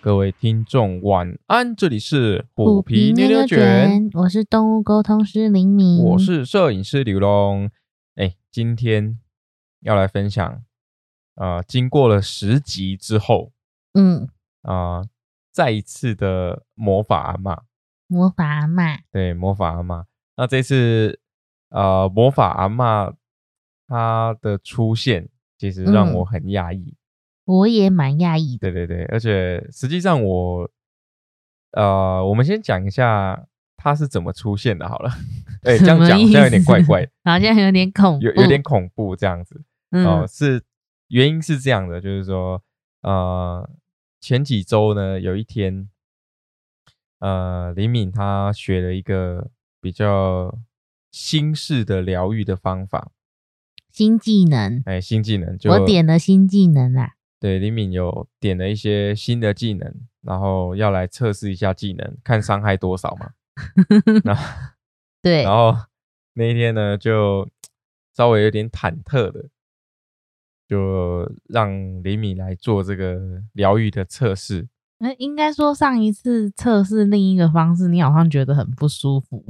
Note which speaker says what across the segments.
Speaker 1: 各位听众晚安，这里是虎皮
Speaker 2: 皮
Speaker 1: 妞妞卷，，
Speaker 2: 我是动物沟通师林明，
Speaker 1: 我是摄影师刘龙。哎，今天要来分享，呃，经过了十集之后，
Speaker 2: 嗯
Speaker 1: 啊、再一次的魔法阿嬷，
Speaker 2: 魔法阿嬷，
Speaker 1: 对，魔法阿嬷。那这次，呃，魔法阿嬷她的出现，其实让
Speaker 2: 嗯
Speaker 1: 我很压抑。
Speaker 2: 我也蛮讶异的，
Speaker 1: 对对对，而且实际上我，呃，我们先讲一下它是怎么出现的好了。 哎、这样
Speaker 2: 什么
Speaker 1: 讲好像有点
Speaker 2: 意思
Speaker 1: 怪怪，
Speaker 2: 好像有点恐怖，
Speaker 1: 有有点恐怖这样子。
Speaker 2: 嗯、
Speaker 1: 哦、是原因是这样的，就是说，呃，前几周呢，有一天，呃，李敏他学了一个比较新式的疗愈的方法，
Speaker 2: 新技能，
Speaker 1: 哎、新技能就
Speaker 2: 我点了新技能啦，
Speaker 1: 对，李敏有点了一些新的技能，然后要来测试一下技能，看伤害多少嘛。然后，
Speaker 2: 对
Speaker 1: 然，后那一天呢，就稍微有点忐忑的，就让李敏来做这个疗愈的测试。
Speaker 2: 那应该说上一次测试另一个方式，你好像觉得很不舒服，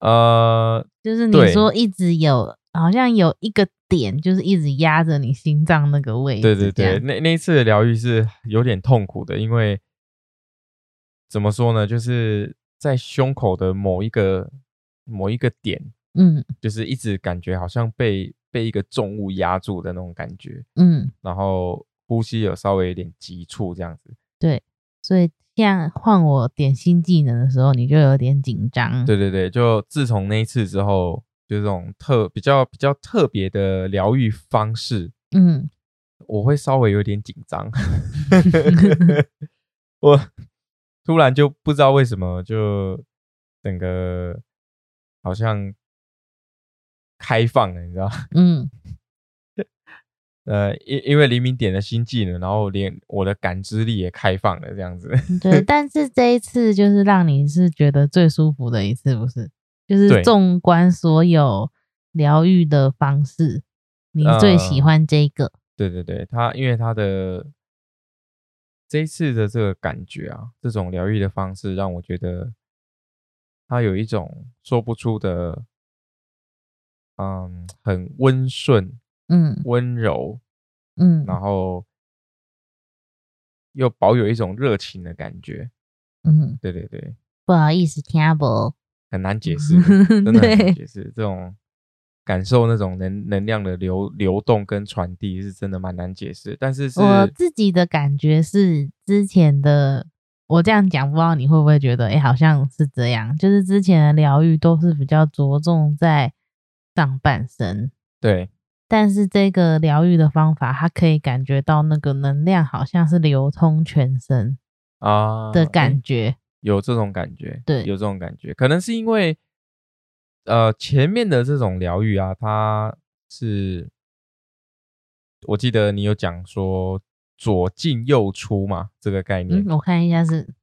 Speaker 1: 呃，
Speaker 2: 就是你
Speaker 1: 对
Speaker 2: 说一直有，好像有一个点，就是一直压着你心脏那个位置，
Speaker 1: 对对对，，那那一次的疗愈是有点痛苦的，因为怎么说呢，就是在胸口的某一个某一个点，
Speaker 2: 嗯
Speaker 1: 就是一直感觉好像被被一个重物压住的那种感觉，
Speaker 2: 嗯，
Speaker 1: 然后呼吸有稍微有点急促这样子。
Speaker 2: 所以像换我点新技能的时候，你就有点紧张，
Speaker 1: 对对对，就自从那一次之后，就这种特比较比较特别的疗愈方式，
Speaker 2: 嗯，
Speaker 1: 我会稍微有点紧张。我突然就不知道为什么，就整个好像开放了，你知道？
Speaker 2: 嗯
Speaker 1: 呃，因因为黎明点了新技能，然后连我的感知力也开放了，这样子。
Speaker 2: 嗯，对。但是这一次就是让你是觉得最舒服的一次，不是？就是
Speaker 1: 对
Speaker 2: 纵观所有疗愈的方式，你最喜
Speaker 1: 呃
Speaker 2: 欢这个？
Speaker 1: 对对对，他因为他的这一次的这个感觉啊，这种疗愈的方式让我觉得他有一种说不出的，嗯，很温顺、
Speaker 2: 嗯
Speaker 1: 温柔，
Speaker 2: 嗯
Speaker 1: 然后又保有一种热情的感觉。
Speaker 2: 嗯，
Speaker 1: 对对对，
Speaker 2: 不好意思，听不。
Speaker 1: 很难解释的，真的很
Speaker 2: 对
Speaker 1: 难解释这种感受，那种能能量的流流动跟传递是真的蛮难解释。但是是
Speaker 2: 我自己的感觉是之前的，我这样讲，不知道你会不会觉得，哎、好像是这样。就是之前的疗愈都是比较着重在上半身，
Speaker 1: 对
Speaker 2: 但是这个疗愈的方法，它可以感觉到那个能量好像是流通全身
Speaker 1: 啊
Speaker 2: 的
Speaker 1: 诶
Speaker 2: 感觉。
Speaker 1: 有这种感觉，
Speaker 2: 对
Speaker 1: 有这种感觉，可能是因为呃前面的这种疗愈啊，它是我记得你有讲说左进右出嘛这个概念，
Speaker 2: 嗯，我看一下是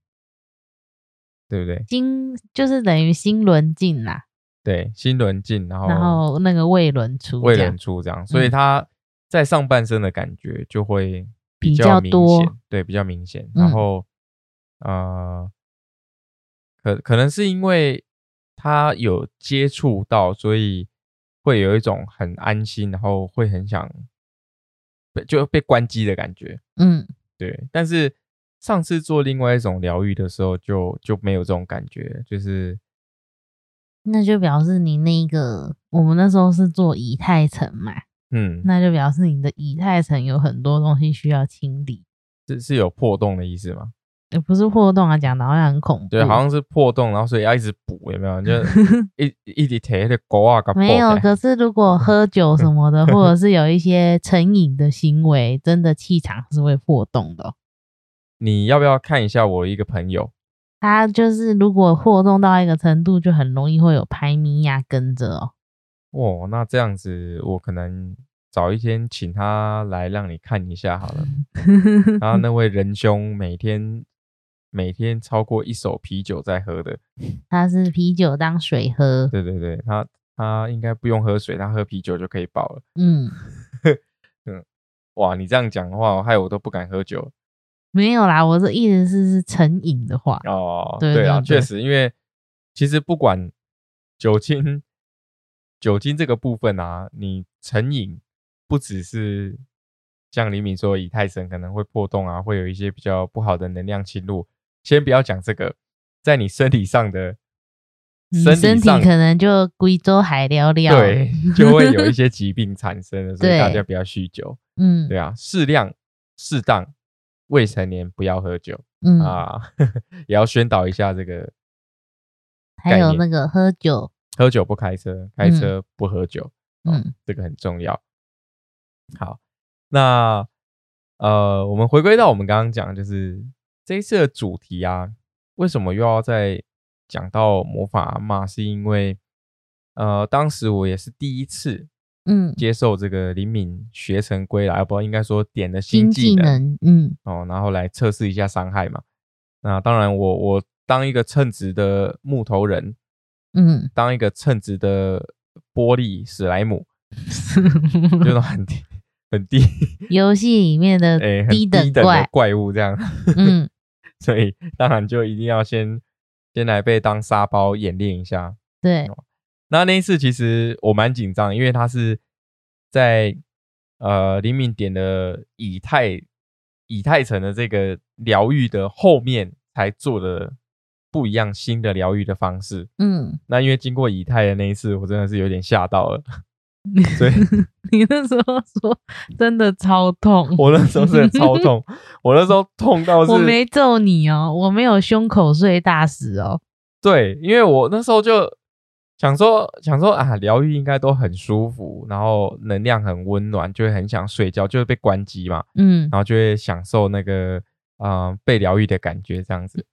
Speaker 1: 对不对？
Speaker 2: 心，就是等于心轮进啦，
Speaker 1: 对，心轮进，然后
Speaker 2: 然后那个胃轮出
Speaker 1: 为
Speaker 2: 这
Speaker 1: 人
Speaker 2: 样。
Speaker 1: 出这样，所以
Speaker 2: 嗯
Speaker 1: 他在上半身的感觉就会
Speaker 2: 比
Speaker 1: 较
Speaker 2: 较
Speaker 1: 明
Speaker 2: 多
Speaker 1: 显，对，比较明显。然
Speaker 2: 嗯
Speaker 1: 后，呃，可可能是因为他有接触到，所以会有一种很安心，然后会很想被就被关机的感觉，
Speaker 2: 嗯
Speaker 1: 对。但是上次做另外一种疗愈的时候就，就没有这种感觉，就是
Speaker 2: 那就表示你那个，我们那时候是做以太层嘛，
Speaker 1: 嗯，
Speaker 2: 那就表示你的以太层有很多东西需要清理，
Speaker 1: 是是有破洞的意思吗？
Speaker 2: 也不是破洞啊，讲的好像很恐怖，
Speaker 1: 对，好像是破洞，然后所以要一直补，有没 有？就一一直提那个狗啊，给
Speaker 2: 没有。
Speaker 1: 破开
Speaker 2: 可是如果喝酒什么的，或者是有一些成瘾的行为，真的气场是会破洞的哦、
Speaker 1: 你要不要看一下我一个朋友？
Speaker 2: 它就是如果破洞到一个程度，就很容易会有拍咪呀跟着哦。
Speaker 1: 哦，那这样子我可能早一天请他来让你看一下好 了。然后那位仁兄每天每天超过一手啤酒在喝的，
Speaker 2: 它是啤酒当水喝，
Speaker 1: 对对对，他他应该不用喝水，他喝啤酒就可以饱了。
Speaker 2: 嗯，
Speaker 1: 哇，你这样讲的话，害我都不敢喝酒。
Speaker 2: 没有啦，我这意思是是成瘾的话，
Speaker 1: 哦，
Speaker 2: 对
Speaker 1: 对啊，
Speaker 2: 对对
Speaker 1: 确实，因为其实不管酒精，酒精这个部分啊，你成瘾不只是像李敏说以太神可能会破洞啊，会有一些比较不好的能量侵入。先不要讲这个，在你身体上的
Speaker 2: 你
Speaker 1: 身
Speaker 2: 嗯身
Speaker 1: 体
Speaker 2: 体
Speaker 1: 上
Speaker 2: 可能就贵州海聊聊。
Speaker 1: 对就会有一些疾病产生了，所以
Speaker 2: 对
Speaker 1: 大家不要酗酒。
Speaker 2: 嗯，
Speaker 1: 对啊，适量、适当，未成年不要喝酒、
Speaker 2: 嗯
Speaker 1: 啊， 也要宣导一下这个
Speaker 2: 还
Speaker 1: 概
Speaker 2: 有
Speaker 1: 念
Speaker 2: 那个喝酒，
Speaker 1: 喝酒不开车，开车不喝酒，哦
Speaker 2: 嗯
Speaker 1: 这个很重要。好，那呃，我们回归到我们刚刚讲，就是这一次的主题啊，为什么又要再讲到魔法阿妈？是因为呃，当时我也是第一次
Speaker 2: 嗯，
Speaker 1: 接受这个灵敏学成归来，啊不应该说点了
Speaker 2: 新
Speaker 1: 新
Speaker 2: 技
Speaker 1: 技能
Speaker 2: 能，嗯
Speaker 1: 哦，然后来测试一下伤害嘛。那当然我我当一个称职的木头人，
Speaker 2: 嗯，
Speaker 1: 当一个称职的玻璃史莱姆，
Speaker 2: 嗯
Speaker 1: 就那种很低 很低，
Speaker 2: 游戏里面的
Speaker 1: 哎、很
Speaker 2: 低等
Speaker 1: 的
Speaker 2: 怪，
Speaker 1: 怪物这样，
Speaker 2: 嗯
Speaker 1: 所以当然就一定要先先来被当沙包演练一下。
Speaker 2: 对，
Speaker 1: 那那一次其实我蛮紧张，因为他是在呃李敏点的以太以太城的这个疗愈的后面才做的不一样新的疗愈的方式。
Speaker 2: 嗯，
Speaker 1: 那因为经过以太的那一次，我真的是有点吓到了， 所以
Speaker 2: 你那时候说真的超痛，
Speaker 1: 我那时候真的超痛，我那时候痛到是，
Speaker 2: 我没揍你哦，我没有胸口碎大石哦，
Speaker 1: 对，因为我那时候就想说想说啊，疗愈应该都很舒服，然后能量很温暖，就会很想睡觉，就会被关机嘛，
Speaker 2: 嗯
Speaker 1: 然后就会享受那个呃被疗愈的感觉这样子。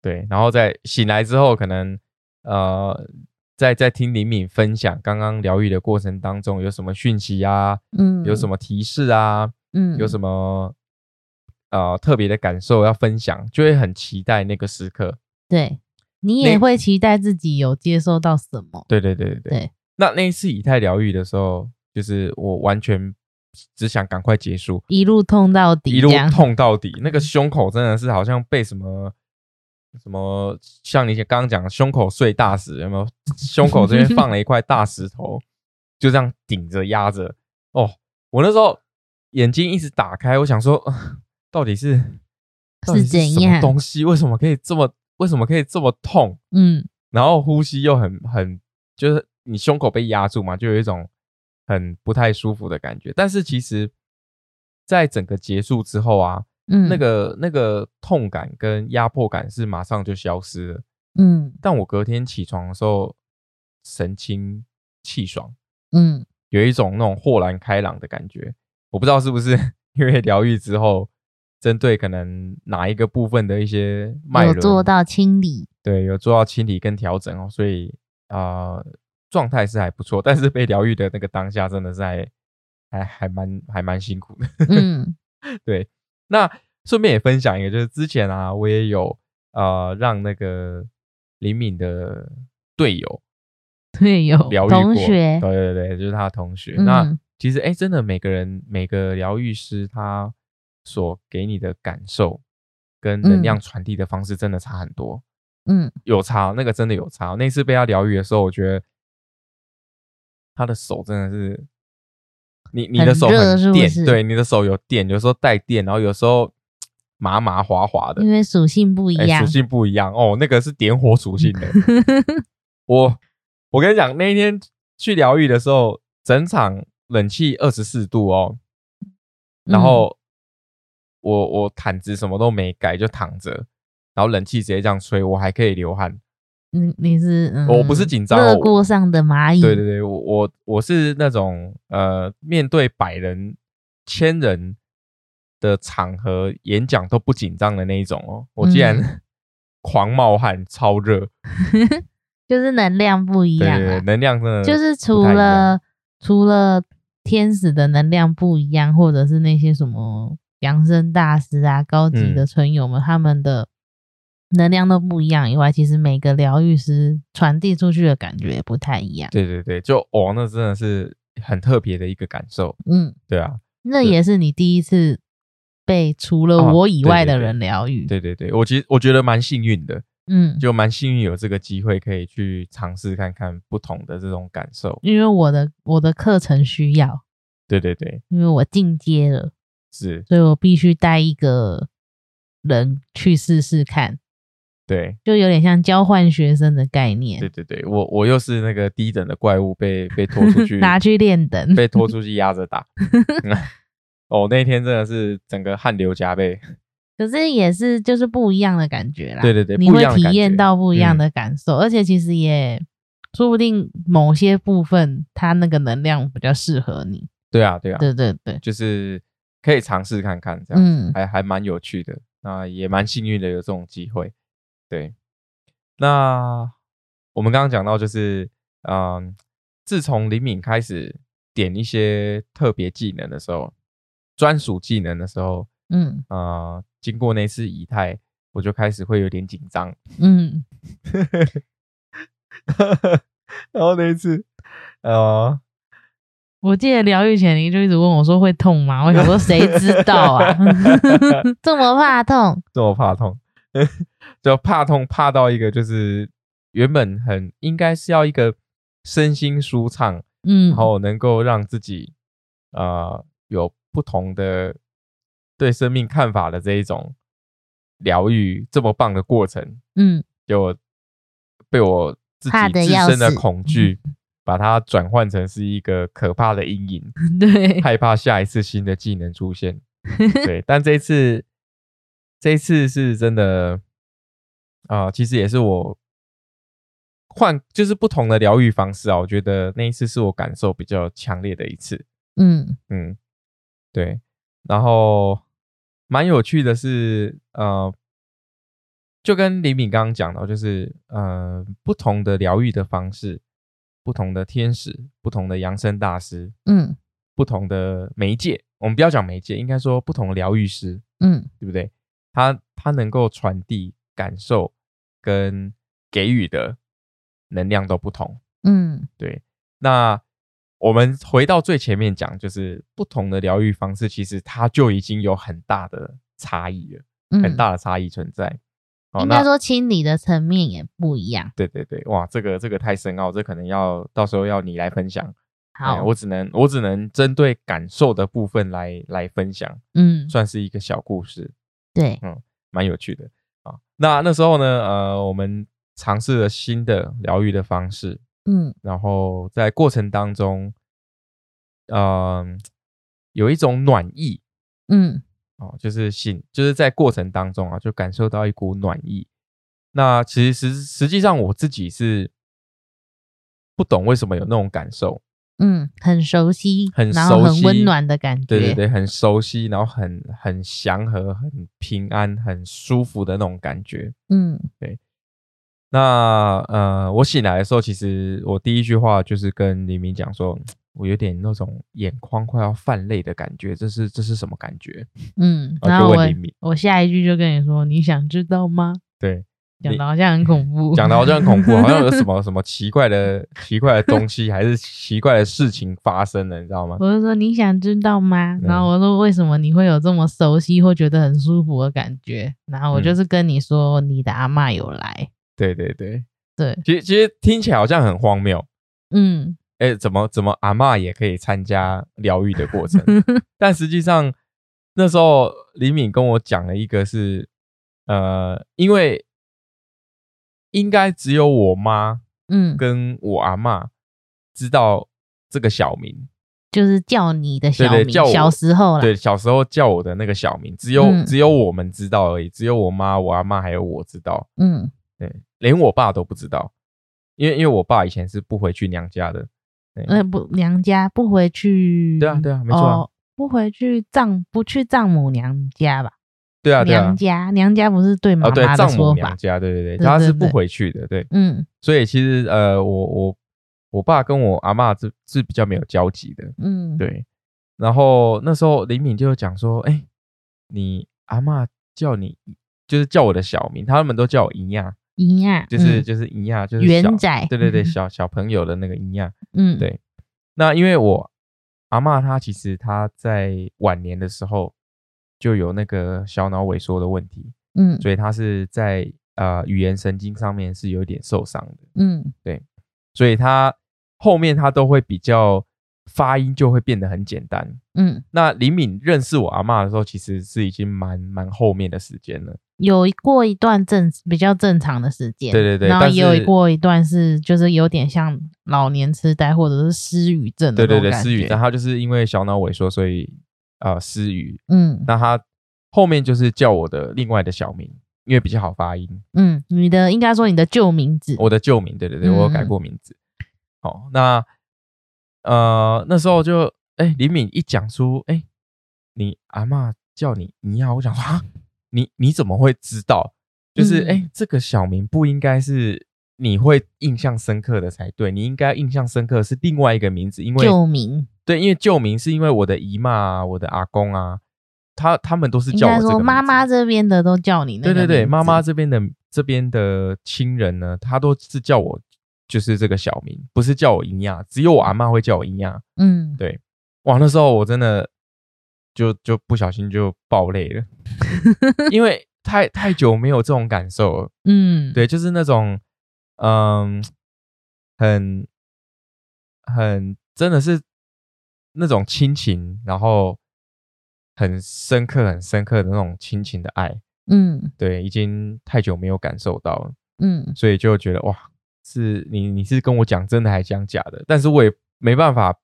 Speaker 1: 对，然后在醒来之后，可能呃在在听李敏分享刚刚疗愈的过程当中有什么讯息啊，
Speaker 2: 嗯，
Speaker 1: 有什
Speaker 2: 么
Speaker 1: 么提示啊，
Speaker 2: 嗯
Speaker 1: 有
Speaker 2: 么
Speaker 1: 什么呃特别的感受要分享，就会很期待那个时刻。
Speaker 2: 对。你
Speaker 1: 那
Speaker 2: 也会期待自己有接受到什么？
Speaker 1: 对对对对
Speaker 2: 对。
Speaker 1: 那那一次以太疗愈的时候，就是我完全只想赶快结束，
Speaker 2: 一路痛到底，
Speaker 1: 一路
Speaker 2: 这样
Speaker 1: 痛到底，那个胸口真的是好像被什么。什么像你刚刚讲的胸口碎大石，有没有？胸口这边放了一块大石头，就这样顶着压着。哦，我那时候眼睛一直打开，我想说，呃到底是到底
Speaker 2: 是
Speaker 1: 是
Speaker 2: 怎
Speaker 1: 什么
Speaker 2: 样
Speaker 1: 东西？为什么可以这么为什么可以这么痛？
Speaker 2: 嗯
Speaker 1: 然后呼吸又很很，就是你胸口被压住嘛，就有一种很不太舒服的感觉。但是其实，在整个结束之后啊，
Speaker 2: 嗯，
Speaker 1: 那个那个痛感跟压迫感是马上就消失了。
Speaker 2: 嗯
Speaker 1: 但我隔天起床的时候，神清气爽，
Speaker 2: 嗯
Speaker 1: 有一种那种豁然开朗的感觉。我不知道是不 是因为疗愈之后，针对可能哪一个部分的一些脉
Speaker 2: 有
Speaker 1: 轮
Speaker 2: 做到清理，
Speaker 1: 对，有做到清理跟调整哦，所以啊、呃状态是还不错，但是被疗愈的那个当下真的是还还还蛮还蛮辛苦的。
Speaker 2: 嗯
Speaker 1: 对，那顺便也分享一个，就是之前啊，我也有呃让那个林敏的队友
Speaker 2: 对，有
Speaker 1: 疗愈过，
Speaker 2: 哦同学，
Speaker 1: 对对对，就是他的同学。
Speaker 2: 嗯
Speaker 1: 那其实哎，真的每个人每个疗愈师他所给你的感受跟能
Speaker 2: 嗯
Speaker 1: 量传递的方式真的差很多。
Speaker 2: 嗯
Speaker 1: 有差，那个真的有差。那次被他疗愈的时候，我觉得他的手真的是，你你的
Speaker 2: 很
Speaker 1: 手
Speaker 2: 热是
Speaker 1: 很
Speaker 2: 不
Speaker 1: 电，
Speaker 2: 是
Speaker 1: 对，你的手有电，有时候带电，然后有时候麻麻滑滑的
Speaker 2: 因，为属性嗯不一
Speaker 1: 哎
Speaker 2: 样嗯
Speaker 1: 属，性不一样哦，那个是点火属性的。我我跟你讲，那一天去疗愈的时候，整场冷气二十四度哦，然
Speaker 2: 嗯
Speaker 1: 后我我毯子什么都没盖，就躺着，然后冷气直接这样吹，我还可以流汗。
Speaker 2: 你你是、嗯、
Speaker 1: 我不是紧张哦
Speaker 2: 热锅上的蚂蚁，
Speaker 1: 对对对，我我我是那种呃，面对百人、千人的场合演讲都不紧张的那一种哦。我竟然、
Speaker 2: 嗯
Speaker 1: 狂冒汗，超热，
Speaker 2: 就是能量不一
Speaker 1: 对
Speaker 2: 样、啊，
Speaker 1: 对对，能量真的
Speaker 2: 就是
Speaker 1: 不
Speaker 2: 除
Speaker 1: 太一样
Speaker 2: 了除了天使的能量不一样，或者是那些什么养生大师啊、高级
Speaker 1: 嗯
Speaker 2: 的存友们、他们的能量都不一样以外，其实每个疗愈师传递出去的感觉也不太一样。
Speaker 1: 对对对，就哦，那真的是很特别的一个感受，
Speaker 2: 嗯，
Speaker 1: 对啊，
Speaker 2: 那
Speaker 1: 对
Speaker 2: 也是你第一次被除了
Speaker 1: 哦
Speaker 2: 我以
Speaker 1: 对
Speaker 2: 外
Speaker 1: 对
Speaker 2: 的
Speaker 1: 对
Speaker 2: 人疗愈。
Speaker 1: 对对对，我其实我觉得蛮幸运的，
Speaker 2: 嗯，
Speaker 1: 就蛮幸运有这个机会可以去尝试看看不同的这种感受。
Speaker 2: 因为我的我的课程需要，
Speaker 1: 对对对，
Speaker 2: 因为我进阶了，
Speaker 1: 是，
Speaker 2: 所以我必须带一个人去试试看，
Speaker 1: 对
Speaker 2: 就有点像交换学生的概
Speaker 1: 对
Speaker 2: 念，
Speaker 1: 对对，我我又是那个低等的怪物被被拖出去，
Speaker 2: 拿去练等。
Speaker 1: 被拖出去压着 打。 哦，那天真的是整个汗流浃背。
Speaker 2: 可是也是就是不一样的感觉啦。
Speaker 1: 对对对
Speaker 2: 你
Speaker 1: 不一
Speaker 2: 会
Speaker 1: 样的
Speaker 2: 体
Speaker 1: 感
Speaker 2: 验
Speaker 1: 觉
Speaker 2: 到不一样
Speaker 1: 嗯
Speaker 2: 的感受，而且其实也说不定某些部分它那个能量比较适合你。
Speaker 1: 对啊，对啊，
Speaker 2: 对对对，
Speaker 1: 就是可以尝试看看，这样子、哎
Speaker 2: 嗯
Speaker 1: 还还蛮有趣的。那也蛮幸运的有这种机会。对，那我们刚刚讲到就是，嗯，自从林敏开始点一些特别技能的时候，专属技能的时候，
Speaker 2: 嗯
Speaker 1: 呃，经过那次仪态，我就开始会有点紧张。
Speaker 2: 嗯，
Speaker 1: 然后那一次，呃，
Speaker 2: 我记得疗愈前你就一直问我说会痛吗？我想说谁知道啊， 这么怕痛，
Speaker 1: 这么怕痛， 就怕痛怕到一个就是原本很应该是要一个身心舒畅，
Speaker 2: 嗯
Speaker 1: 然，后能够让自己呃有不同的对生命看法的这一种疗愈这么棒的过程，
Speaker 2: 嗯，
Speaker 1: 就被我自
Speaker 2: 怕
Speaker 1: 己
Speaker 2: 得
Speaker 1: 自
Speaker 2: 要
Speaker 1: 身的
Speaker 2: 死嗯
Speaker 1: 恐惧。把它转换成是一个可怕的阴 影，
Speaker 2: 对，
Speaker 1: 害怕下一次新的技能出 现。对，但这一次，这一次是真的，啊、其实也是我换就是不同的疗愈方式啊。我觉得那一次是我感受比较强烈的一次。
Speaker 2: 嗯
Speaker 1: 嗯，对。然后蛮有趣的是，呃，就跟李敏刚刚讲到，就是呃，不同的疗愈的方式，不同的天使，不同的扬声大师，
Speaker 2: 嗯
Speaker 1: 不同的媒介，我们不要讲媒介，应该说不同的疗愈师，
Speaker 2: 嗯
Speaker 1: 对不对？他他能够传递感受跟给予的能量都不同。
Speaker 2: 嗯
Speaker 1: 那我们回到最前面讲，就是不同的疗愈方式，其实它就已经有很大的差异了，
Speaker 2: 嗯，
Speaker 1: 很大的差异存在。哦，
Speaker 2: 应
Speaker 1: 那
Speaker 2: 该说清理的层面也不一样。
Speaker 1: 对对对，哇，这个这个太深奥，这可能要到时候要你来分享。哎
Speaker 2: 好，
Speaker 1: 我只能我只能针对感受的部分来来分享，
Speaker 2: 嗯，
Speaker 1: 算是一个小故事。
Speaker 2: 对，
Speaker 1: 蛮有趣的啊。那那时候呢，呃，我们尝试了新的疗愈的方式，
Speaker 2: 嗯
Speaker 1: 然后在过程当中，嗯、有一种暖意
Speaker 2: 嗯
Speaker 1: 哦，就是醒，就是在过程当中啊，就感受到一股暖意。那其实实实际上我自己是不懂为什么有那种感受，
Speaker 2: 嗯，很熟悉，
Speaker 1: 很
Speaker 2: 然后
Speaker 1: 熟
Speaker 2: 很温
Speaker 1: 悉
Speaker 2: 暖的感觉。
Speaker 1: 对对对，很熟悉，然后很很祥和、很平安、很舒服的那种感觉。
Speaker 2: 嗯
Speaker 1: 那呃，我醒来的时候，其实我第一句话就是跟黎明讲说，嗯我有点那种眼眶快要泛泪的感觉，这是这是什么感觉？
Speaker 2: 嗯，
Speaker 1: 然
Speaker 2: 然
Speaker 1: 后
Speaker 2: 后
Speaker 1: 哦就
Speaker 2: 我
Speaker 1: 问李敏，
Speaker 2: 我下一句就跟你说，你想知道吗？
Speaker 1: 对，
Speaker 2: 讲
Speaker 1: 你
Speaker 2: 的好像很恐怖，
Speaker 1: 讲的好像很恐怖，好像有什么什么奇怪的奇怪的东西，还是奇怪的事情发生了，你知道 吗？
Speaker 2: 我就说你想知道吗？然
Speaker 1: 嗯
Speaker 2: 后我说为什么你会有这么熟悉或觉得很舒服的感觉？然后我
Speaker 1: 嗯
Speaker 2: 就是跟你说你的阿嬷有来，
Speaker 1: 对对对，
Speaker 2: 对，
Speaker 1: 其实其实听起来好像很荒谬，
Speaker 2: 嗯
Speaker 1: 哎，怎么怎么阿嬷也可以参加疗愈的过程？ 但实际上那时候李敏跟我讲了一个是，呃，因为应该只有我妈
Speaker 2: 嗯，
Speaker 1: 跟我阿嬷知道这个小名，
Speaker 2: 就是叫你的小
Speaker 1: 对对
Speaker 2: 名，
Speaker 1: 叫我
Speaker 2: 小时候啦，
Speaker 1: 对，小时候叫我的那个小名，只有、
Speaker 2: 嗯
Speaker 1: 只有我们知道而已，只有我妈、我阿嬷还有我知道，
Speaker 2: 嗯
Speaker 1: 对，连我爸都不知道，因为因为我爸以前是不回去娘家的，对、
Speaker 2: 呃不娘家不回去，
Speaker 1: 对啊对啊没错啊
Speaker 2: 哦不回去丈不去丈母娘家吧？
Speaker 1: 对啊对啊
Speaker 2: 娘，家娘家不是对妈
Speaker 1: 哦对，
Speaker 2: 妈的
Speaker 1: 丈母
Speaker 2: 说
Speaker 1: 娘
Speaker 2: 法？
Speaker 1: 家，对对对，
Speaker 2: 对
Speaker 1: 他是
Speaker 2: 对
Speaker 1: 不
Speaker 2: 对
Speaker 1: 回去的，对。
Speaker 2: 嗯
Speaker 1: 所以其实呃，我我我爸跟我阿嬷是是比较没有交集的，
Speaker 2: 嗯，
Speaker 1: 对。然后那时候林敏就讲说，哎、你阿嬷叫你就是叫我的小名，他们都叫我姨呀，
Speaker 2: 一样，
Speaker 1: 就是、
Speaker 2: 嗯
Speaker 1: 就是姨呀，就是
Speaker 2: 元
Speaker 1: 小
Speaker 2: 仔
Speaker 1: 对对 对，小小朋友的那个姨啊呀。
Speaker 2: 嗯，
Speaker 1: 对那因为我阿嬷她其实她在晚年的时候，就有那个小脑萎缩的问题，
Speaker 2: 嗯
Speaker 1: 所以他是在呃语言神经上面是有一点受伤的，
Speaker 2: 嗯
Speaker 1: 所以他后面他都会比较发音就会变得很简单。
Speaker 2: 嗯，
Speaker 1: 那李敏认识我阿嬷的时候，其实是已经蛮蛮后面的时间了。
Speaker 2: 有过一段正比较正常的时间，
Speaker 1: 对对对
Speaker 2: 然后
Speaker 1: 但
Speaker 2: 也有
Speaker 1: 是
Speaker 2: 过一段是就是有点像老年痴呆或者是失语症
Speaker 1: 对
Speaker 2: 的
Speaker 1: 对
Speaker 2: 嗯那种
Speaker 1: 对，
Speaker 2: 感觉，
Speaker 1: 思雨，但他就是因为小脑萎缩，所以呃失语。
Speaker 2: 嗯
Speaker 1: 那他后面就是叫我的另外的小名，因为比较好发音，
Speaker 2: 嗯，你的应该说你的旧名字，
Speaker 1: 我的旧名。对对对，
Speaker 2: 嗯
Speaker 1: 我有改过名字。好、那呃那时候就哎李敏一讲出哎你阿嬷叫你你要，我想说啊你你怎么会知道？就是
Speaker 2: 嗯
Speaker 1: 哎、这个小名不应该是。你会印象深刻的才对，你应该印象深刻是另外一个名字，因为
Speaker 2: 旧名
Speaker 1: 对，因为旧名是因为我的姨妈啊、我的阿公啊，他他们都是
Speaker 2: 应
Speaker 1: 叫我
Speaker 2: 该
Speaker 1: 这个
Speaker 2: 说妈
Speaker 1: 名字
Speaker 2: 妈。这边的都叫你那
Speaker 1: 对
Speaker 2: 个
Speaker 1: 对对，
Speaker 2: 名字
Speaker 1: 妈妈这边的这边的亲人呢，他都是叫我就是这个小名，不是叫我银亚，只有我阿妈会叫我银亚。
Speaker 2: 嗯
Speaker 1: 对哇，那时候我真的就就不小心就爆泪了， 因为太太久没有这种感受了。
Speaker 2: 嗯
Speaker 1: 对，就是那种，嗯，很很真的是那种亲情，然后很深刻、很深刻的那种亲情的爱，
Speaker 2: 嗯
Speaker 1: 对，已经太久没有感受到了，
Speaker 2: 嗯
Speaker 1: 所以就觉得哇，是你你是跟我讲真的还讲假的，但是我也没办法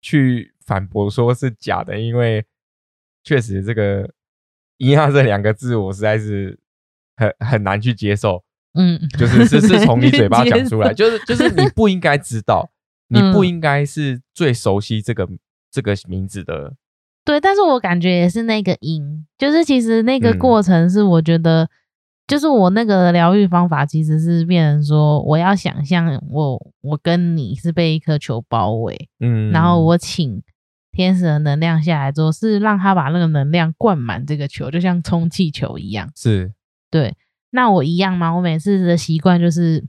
Speaker 1: 去反驳说是假的，因为确实这个“一样”这两个字，我实在是很很难去接受。
Speaker 2: 嗯，
Speaker 1: 就是是是从你嘴巴
Speaker 2: 很难
Speaker 1: 讲
Speaker 2: 接
Speaker 1: 出来，
Speaker 2: 受
Speaker 1: 就是就是你不应该知道，你不
Speaker 2: 嗯
Speaker 1: 应该是最熟悉这个这个名字的，
Speaker 2: 对，但是我感觉也是那个音，就是其实那个
Speaker 1: 嗯
Speaker 2: 过程是我觉得，就是我那个疗愈方法其实是变成说，我要想象我我跟你是被一颗球包围，
Speaker 1: 嗯，
Speaker 2: 然后我请天使的能量下来之后，是让他把那个能量灌满这个球，就像充气球一样。
Speaker 1: 嗯是
Speaker 2: 对，那我一样吗？我每次的习惯就是，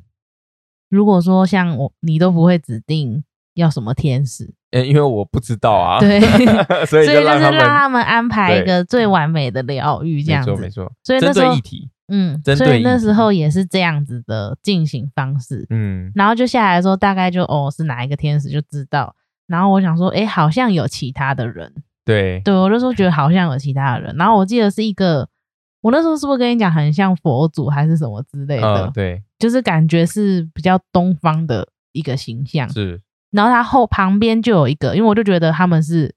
Speaker 2: 如果说像我你都不会指定要什么天使，
Speaker 1: 呃因为我不知道啊，
Speaker 2: 对
Speaker 1: 所以就
Speaker 2: 所以就是
Speaker 1: 让他
Speaker 2: 让
Speaker 1: 们
Speaker 2: 他们安排一
Speaker 1: 对嗯
Speaker 2: 个最完美的疗愈，这
Speaker 1: 没
Speaker 2: 样
Speaker 1: 错没
Speaker 2: 子。
Speaker 1: 错，
Speaker 2: 所以那
Speaker 1: 针
Speaker 2: 时候
Speaker 1: 对议题，
Speaker 2: 嗯，
Speaker 1: 针
Speaker 2: 所
Speaker 1: 对
Speaker 2: 以
Speaker 1: 议
Speaker 2: 那
Speaker 1: 题
Speaker 2: 时候也是这样子的进行方式。
Speaker 1: 嗯
Speaker 2: 然后就下来之后，大概就哦是哪一个天使就知道。然后我想说，哎，好像有其他的人，
Speaker 1: 对
Speaker 2: 对我那时候觉得好像有其他的人。然后我记得是一个，我那时候是不是跟你讲很像佛祖还是什么之类的，
Speaker 1: 嗯对
Speaker 2: 就是感觉是比较东方的一个形象。
Speaker 1: 是
Speaker 2: 然后他后旁边就有一个，因为我就觉得他们是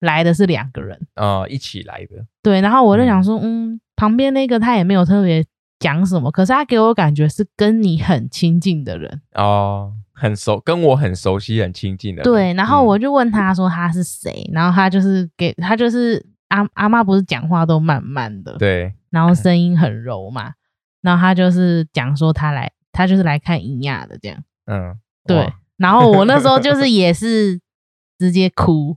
Speaker 2: 来的是两个人。
Speaker 1: 呃一起来的，
Speaker 2: 对，然后我就想说，嗯，旁边那个他也没有特别讲什么，可是他给我感觉是跟你很亲近的人。
Speaker 1: 哦很熟，跟我很熟悉很亲近的人，
Speaker 2: 对，然后
Speaker 1: 嗯
Speaker 2: 我就问他说他是谁，然后他就是给他就是阿阿妈不是讲话都慢慢的，，
Speaker 1: 对
Speaker 2: 然后声音很柔嘛，然后他就是讲说他来，他就是来看银亚的这样。
Speaker 1: 嗯
Speaker 2: 对
Speaker 1: 哇，
Speaker 2: 然后我那时候就是也是直接哭，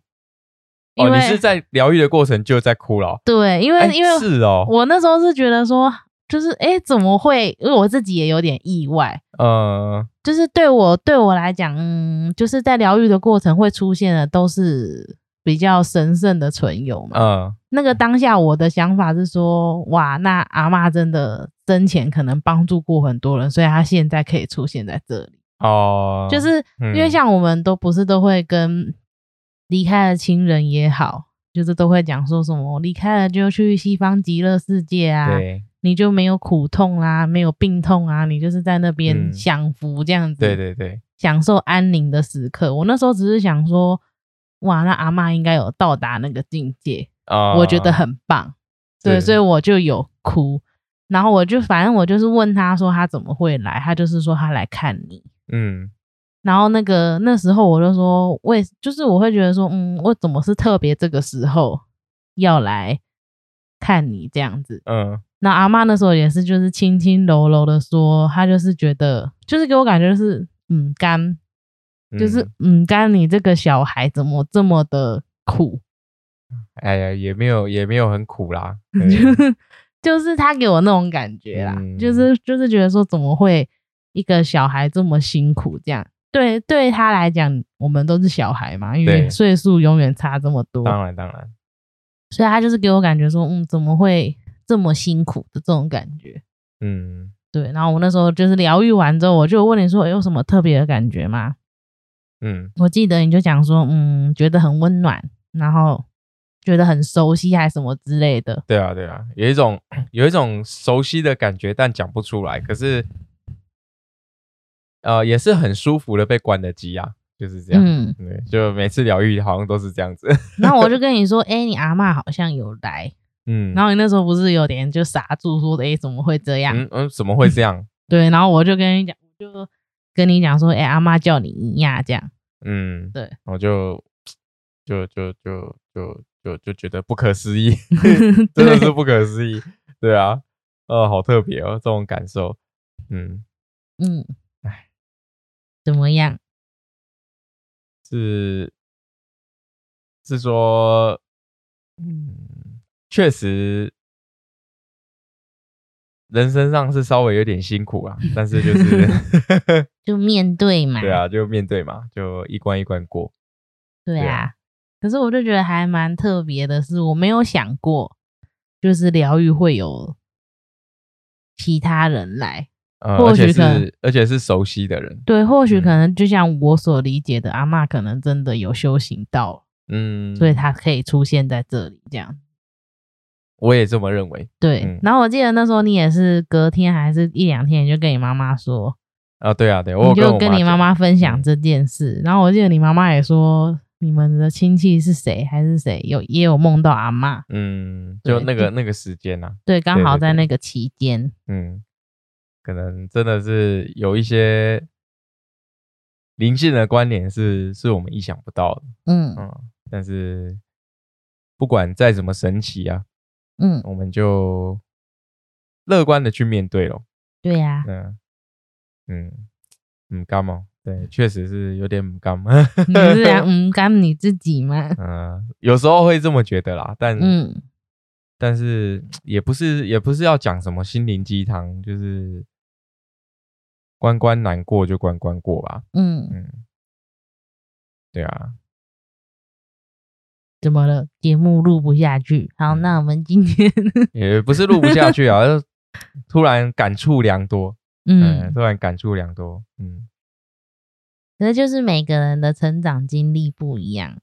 Speaker 2: 因
Speaker 1: 哦
Speaker 2: 为、
Speaker 1: 你是在疗愈的过程就在哭了哦，
Speaker 2: 对，因为、
Speaker 1: 哎
Speaker 2: 因为
Speaker 1: 是哦，
Speaker 2: 我那时候是觉得说，就是哎、诶怎么会？因为我自己也有点意外，
Speaker 1: 呃
Speaker 2: 就是对我对我来讲，嗯，就是在疗愈的过程会出现的都是比较神圣的存有嘛。
Speaker 1: 嗯
Speaker 2: 那个当下我的想法是说，哇，那阿嬷真的生前可能帮助过很多人，所以她现在可以出现在这里，
Speaker 1: 哦
Speaker 2: 就是因为
Speaker 1: 嗯
Speaker 2: 像我们都不是都会跟离开的亲人也好。就是都会讲说什么离开了就去西方极乐世界啊，
Speaker 1: 对。
Speaker 2: 你就没有苦痛啦，没有病痛啊，你就是在那边
Speaker 1: 嗯
Speaker 2: 享福这样子，
Speaker 1: 对对对，
Speaker 2: 享受安宁的时刻。我那时候只是想说，哇，那阿嬷应该有到达那个境界，
Speaker 1: 啊、
Speaker 2: 我觉得很棒，对，
Speaker 1: 是
Speaker 2: 所以我就有哭。然后我就反正我就是问他说他怎么会来，他就是说他来看你。
Speaker 1: 嗯
Speaker 2: 然后那个那时候我就说为就是我会觉得说嗯我怎么是特别这个时候要来看你这样子，
Speaker 1: 嗯
Speaker 2: 那阿嬷那时候也是，就是轻轻柔柔的说，她就是觉得，就是给我感觉就是，嗯，干，
Speaker 1: 嗯，
Speaker 2: 就是嗯，干，你这个小孩怎么这么的苦？
Speaker 1: 哎呀，也没有也没有很苦啦，对
Speaker 2: 就是就是她给我那种感觉啦，
Speaker 1: 嗯
Speaker 2: 就是就是觉得说，怎么会一个小孩这么辛苦这样？对，对她来讲，我们都是小孩嘛，因为
Speaker 1: 对
Speaker 2: 岁数永远差这么多，
Speaker 1: 当然当然，
Speaker 2: 所以他就是给我感觉说，嗯，怎么会这么辛苦的这种感觉？
Speaker 1: 嗯，
Speaker 2: 对，然后我那时候就是疗愈完之后，我就问你说有什么特别的感觉吗？
Speaker 1: 嗯，
Speaker 2: 我记得你就讲说，嗯，觉得很温暖，然后觉得很熟悉，还是什么之类的。
Speaker 1: 对啊，对啊，有一种有一种熟悉的感觉，但讲不出来。可是，呃，也是很舒服的被关的机啊，就是这样。
Speaker 2: 嗯，
Speaker 1: 对，就每次疗愈好像都是这样子。
Speaker 2: 然后我就跟你说，哎、 你阿嬷好像有来，
Speaker 1: 嗯，
Speaker 2: 然后你那时候不是有点就傻住说，哎、怎么会这样？
Speaker 1: 嗯嗯，怎么会这样？
Speaker 2: 对，然后我就跟你讲，我就跟你讲说，哎、阿妈叫你姨呀，这样。
Speaker 1: 嗯，
Speaker 2: 对，
Speaker 1: 我就就就就就就就觉得不可思 议，真的
Speaker 2: 对
Speaker 1: 是不可思议。对啊，呃，好特别哦，这种感受。嗯，
Speaker 2: 嗯
Speaker 1: 唉，
Speaker 2: 怎么样？
Speaker 1: 是是说，嗯，确实，人身上是稍微有点辛苦啊，但是就是
Speaker 2: 就面对嘛。
Speaker 1: 对啊，就面对嘛，就一关一关过。
Speaker 2: 对啊，
Speaker 1: 对啊
Speaker 2: 可是我就觉得还蛮特别的是，我没有想过，就是疗愈会有其他人来。
Speaker 1: 呃，
Speaker 2: 或
Speaker 1: 而且
Speaker 2: 许可能
Speaker 1: 是而且是熟悉的人，
Speaker 2: 对，或许
Speaker 1: 嗯
Speaker 2: 可能就像我所理解的，阿嬷可能真的有修行到，
Speaker 1: 嗯，
Speaker 2: 所以她可以出现在这里这样。
Speaker 1: 我也这么认为。
Speaker 2: 对，
Speaker 1: 嗯
Speaker 2: 然后我记得那时候你也是隔天还是一两天，你就跟你妈妈说，
Speaker 1: 啊，对啊，对，我
Speaker 2: 你
Speaker 1: 有
Speaker 2: 就
Speaker 1: 跟
Speaker 2: 跟
Speaker 1: 我
Speaker 2: 你妈
Speaker 1: 讲，嗯
Speaker 2: 妈分享这件事，然后我记得你妈妈也说，你们的亲戚是谁还是谁有也有梦到阿嬷，
Speaker 1: 嗯，就
Speaker 2: 对
Speaker 1: 那
Speaker 2: 就
Speaker 1: 个那个时间呐、
Speaker 2: 对，刚
Speaker 1: 对
Speaker 2: 好
Speaker 1: 对
Speaker 2: 在
Speaker 1: 对
Speaker 2: 那个期间，
Speaker 1: 嗯，可能真的是有一些灵性的关联是是我们意想不到的，
Speaker 2: 嗯
Speaker 1: 嗯，但是不管再怎么神奇啊，
Speaker 2: 嗯，
Speaker 1: 我们就乐观的去面对咯。
Speaker 2: 对啊呀、
Speaker 1: 嗯嗯嗯，感冒，对，确实是有点唔感，
Speaker 2: 你是在嗯干你自己吗？
Speaker 1: 嗯，有时候会这么觉得啦，但
Speaker 2: 嗯，
Speaker 1: 但是也不是也不是要讲什么心灵鸡汤，就是关关难过就关关过吧。
Speaker 2: 嗯，
Speaker 1: 嗯，对啊，
Speaker 2: 怎么了？节目录不下去，好，
Speaker 1: 嗯
Speaker 2: 那我们今天，
Speaker 1: 也不是录不下去啊， 就突然感触良多。嗯，
Speaker 2: 嗯，
Speaker 1: 突然感触良多。嗯，
Speaker 2: 可是就是每个人的成长经历不一样，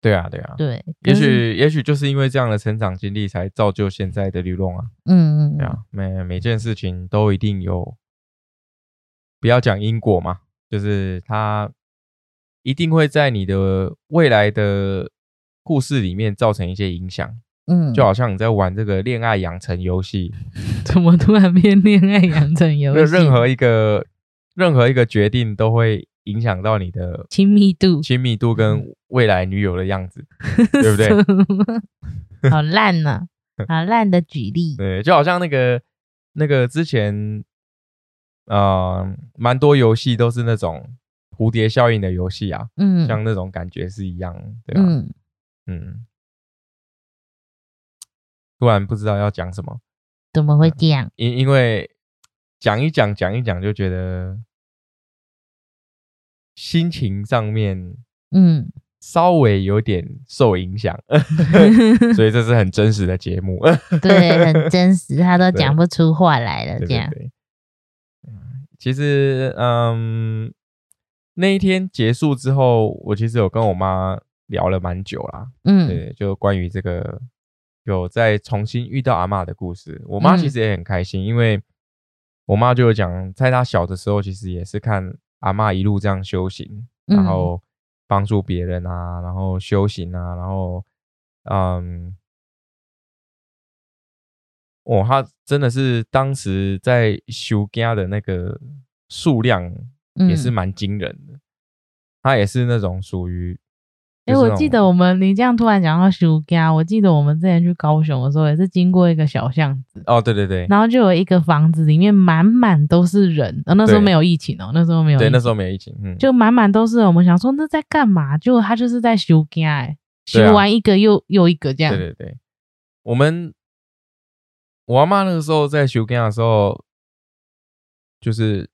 Speaker 1: 对啊，对啊。
Speaker 2: 对，
Speaker 1: 也
Speaker 2: 可是，
Speaker 1: 许也许就是因为这样的成长经历，才造就现在的吕龙啊。
Speaker 2: 嗯嗯
Speaker 1: 对
Speaker 2: 嗯，
Speaker 1: 啊，每每件事情都一定有，不要讲因果嘛，就是它一定会在你的未来的故事里面造成一些影响，
Speaker 2: 嗯，
Speaker 1: 就好像你在玩这个恋爱养成游戏，
Speaker 2: 怎么突然变恋爱养成游
Speaker 1: 任
Speaker 2: 戏？
Speaker 1: 任何一个任何一个决定都会影响到你的
Speaker 2: 亲密度，
Speaker 1: 亲密度
Speaker 2: 嗯
Speaker 1: 跟未来女友的样子，对不对？
Speaker 2: 对？好烂呐、好烂的举例，
Speaker 1: 对，就好像那个那个之前，呃，蛮多游戏都是那种蝴蝶效应的游戏啊，
Speaker 2: 嗯
Speaker 1: 像那种感觉是一样，对吧、
Speaker 2: 嗯，
Speaker 1: 嗯突然不知道要讲什么，
Speaker 2: 怎么会这样？
Speaker 1: 因因为讲一讲讲一讲就觉得心情上面
Speaker 2: 嗯，
Speaker 1: 稍微有点受影响， 所以这是很真实的节目。
Speaker 2: 对，很真实，他都
Speaker 1: 对
Speaker 2: 讲不出话来了，
Speaker 1: 对
Speaker 2: 这
Speaker 1: 对
Speaker 2: 样，
Speaker 1: 对，嗯其实嗯，那一天结束之后，我其实有跟我妈聊了蛮久啦，
Speaker 2: 嗯
Speaker 1: 对，就关于这个有再重新遇到阿嬷的故事。我妈其
Speaker 2: 嗯
Speaker 1: 实也很开心，因为我妈就有讲，在她小的时候，其实也是看阿嬷一路这样修行，然
Speaker 2: 嗯
Speaker 1: 后帮助别人啊，然后修行啊，然后嗯，哦，她真的是当时在修家的那个数量
Speaker 2: 嗯，
Speaker 1: 也是蛮惊人的，她也是那种属于。
Speaker 2: 哎、
Speaker 1: 就是
Speaker 2: 我
Speaker 1: 那
Speaker 2: 记
Speaker 1: 种
Speaker 2: 得我们你这样突然讲到休假，我记得我们之前去高雄的时候也是经过一个小巷子，
Speaker 1: 哦，对对对，
Speaker 2: 然后就有一个房子里面满满都是人，呃、那时候
Speaker 1: 对
Speaker 2: 没有疫情哦、那时候没有疫
Speaker 1: 对，
Speaker 2: 情，
Speaker 1: 那时候没有疫情，嗯，
Speaker 2: 就满满都是人。我们想说那在干嘛？结果他就是在休假、哎，
Speaker 1: 对啊
Speaker 2: 休完一个又、又一个这样
Speaker 1: 对，对对，我们我阿妈那个时候在修根的时候，就是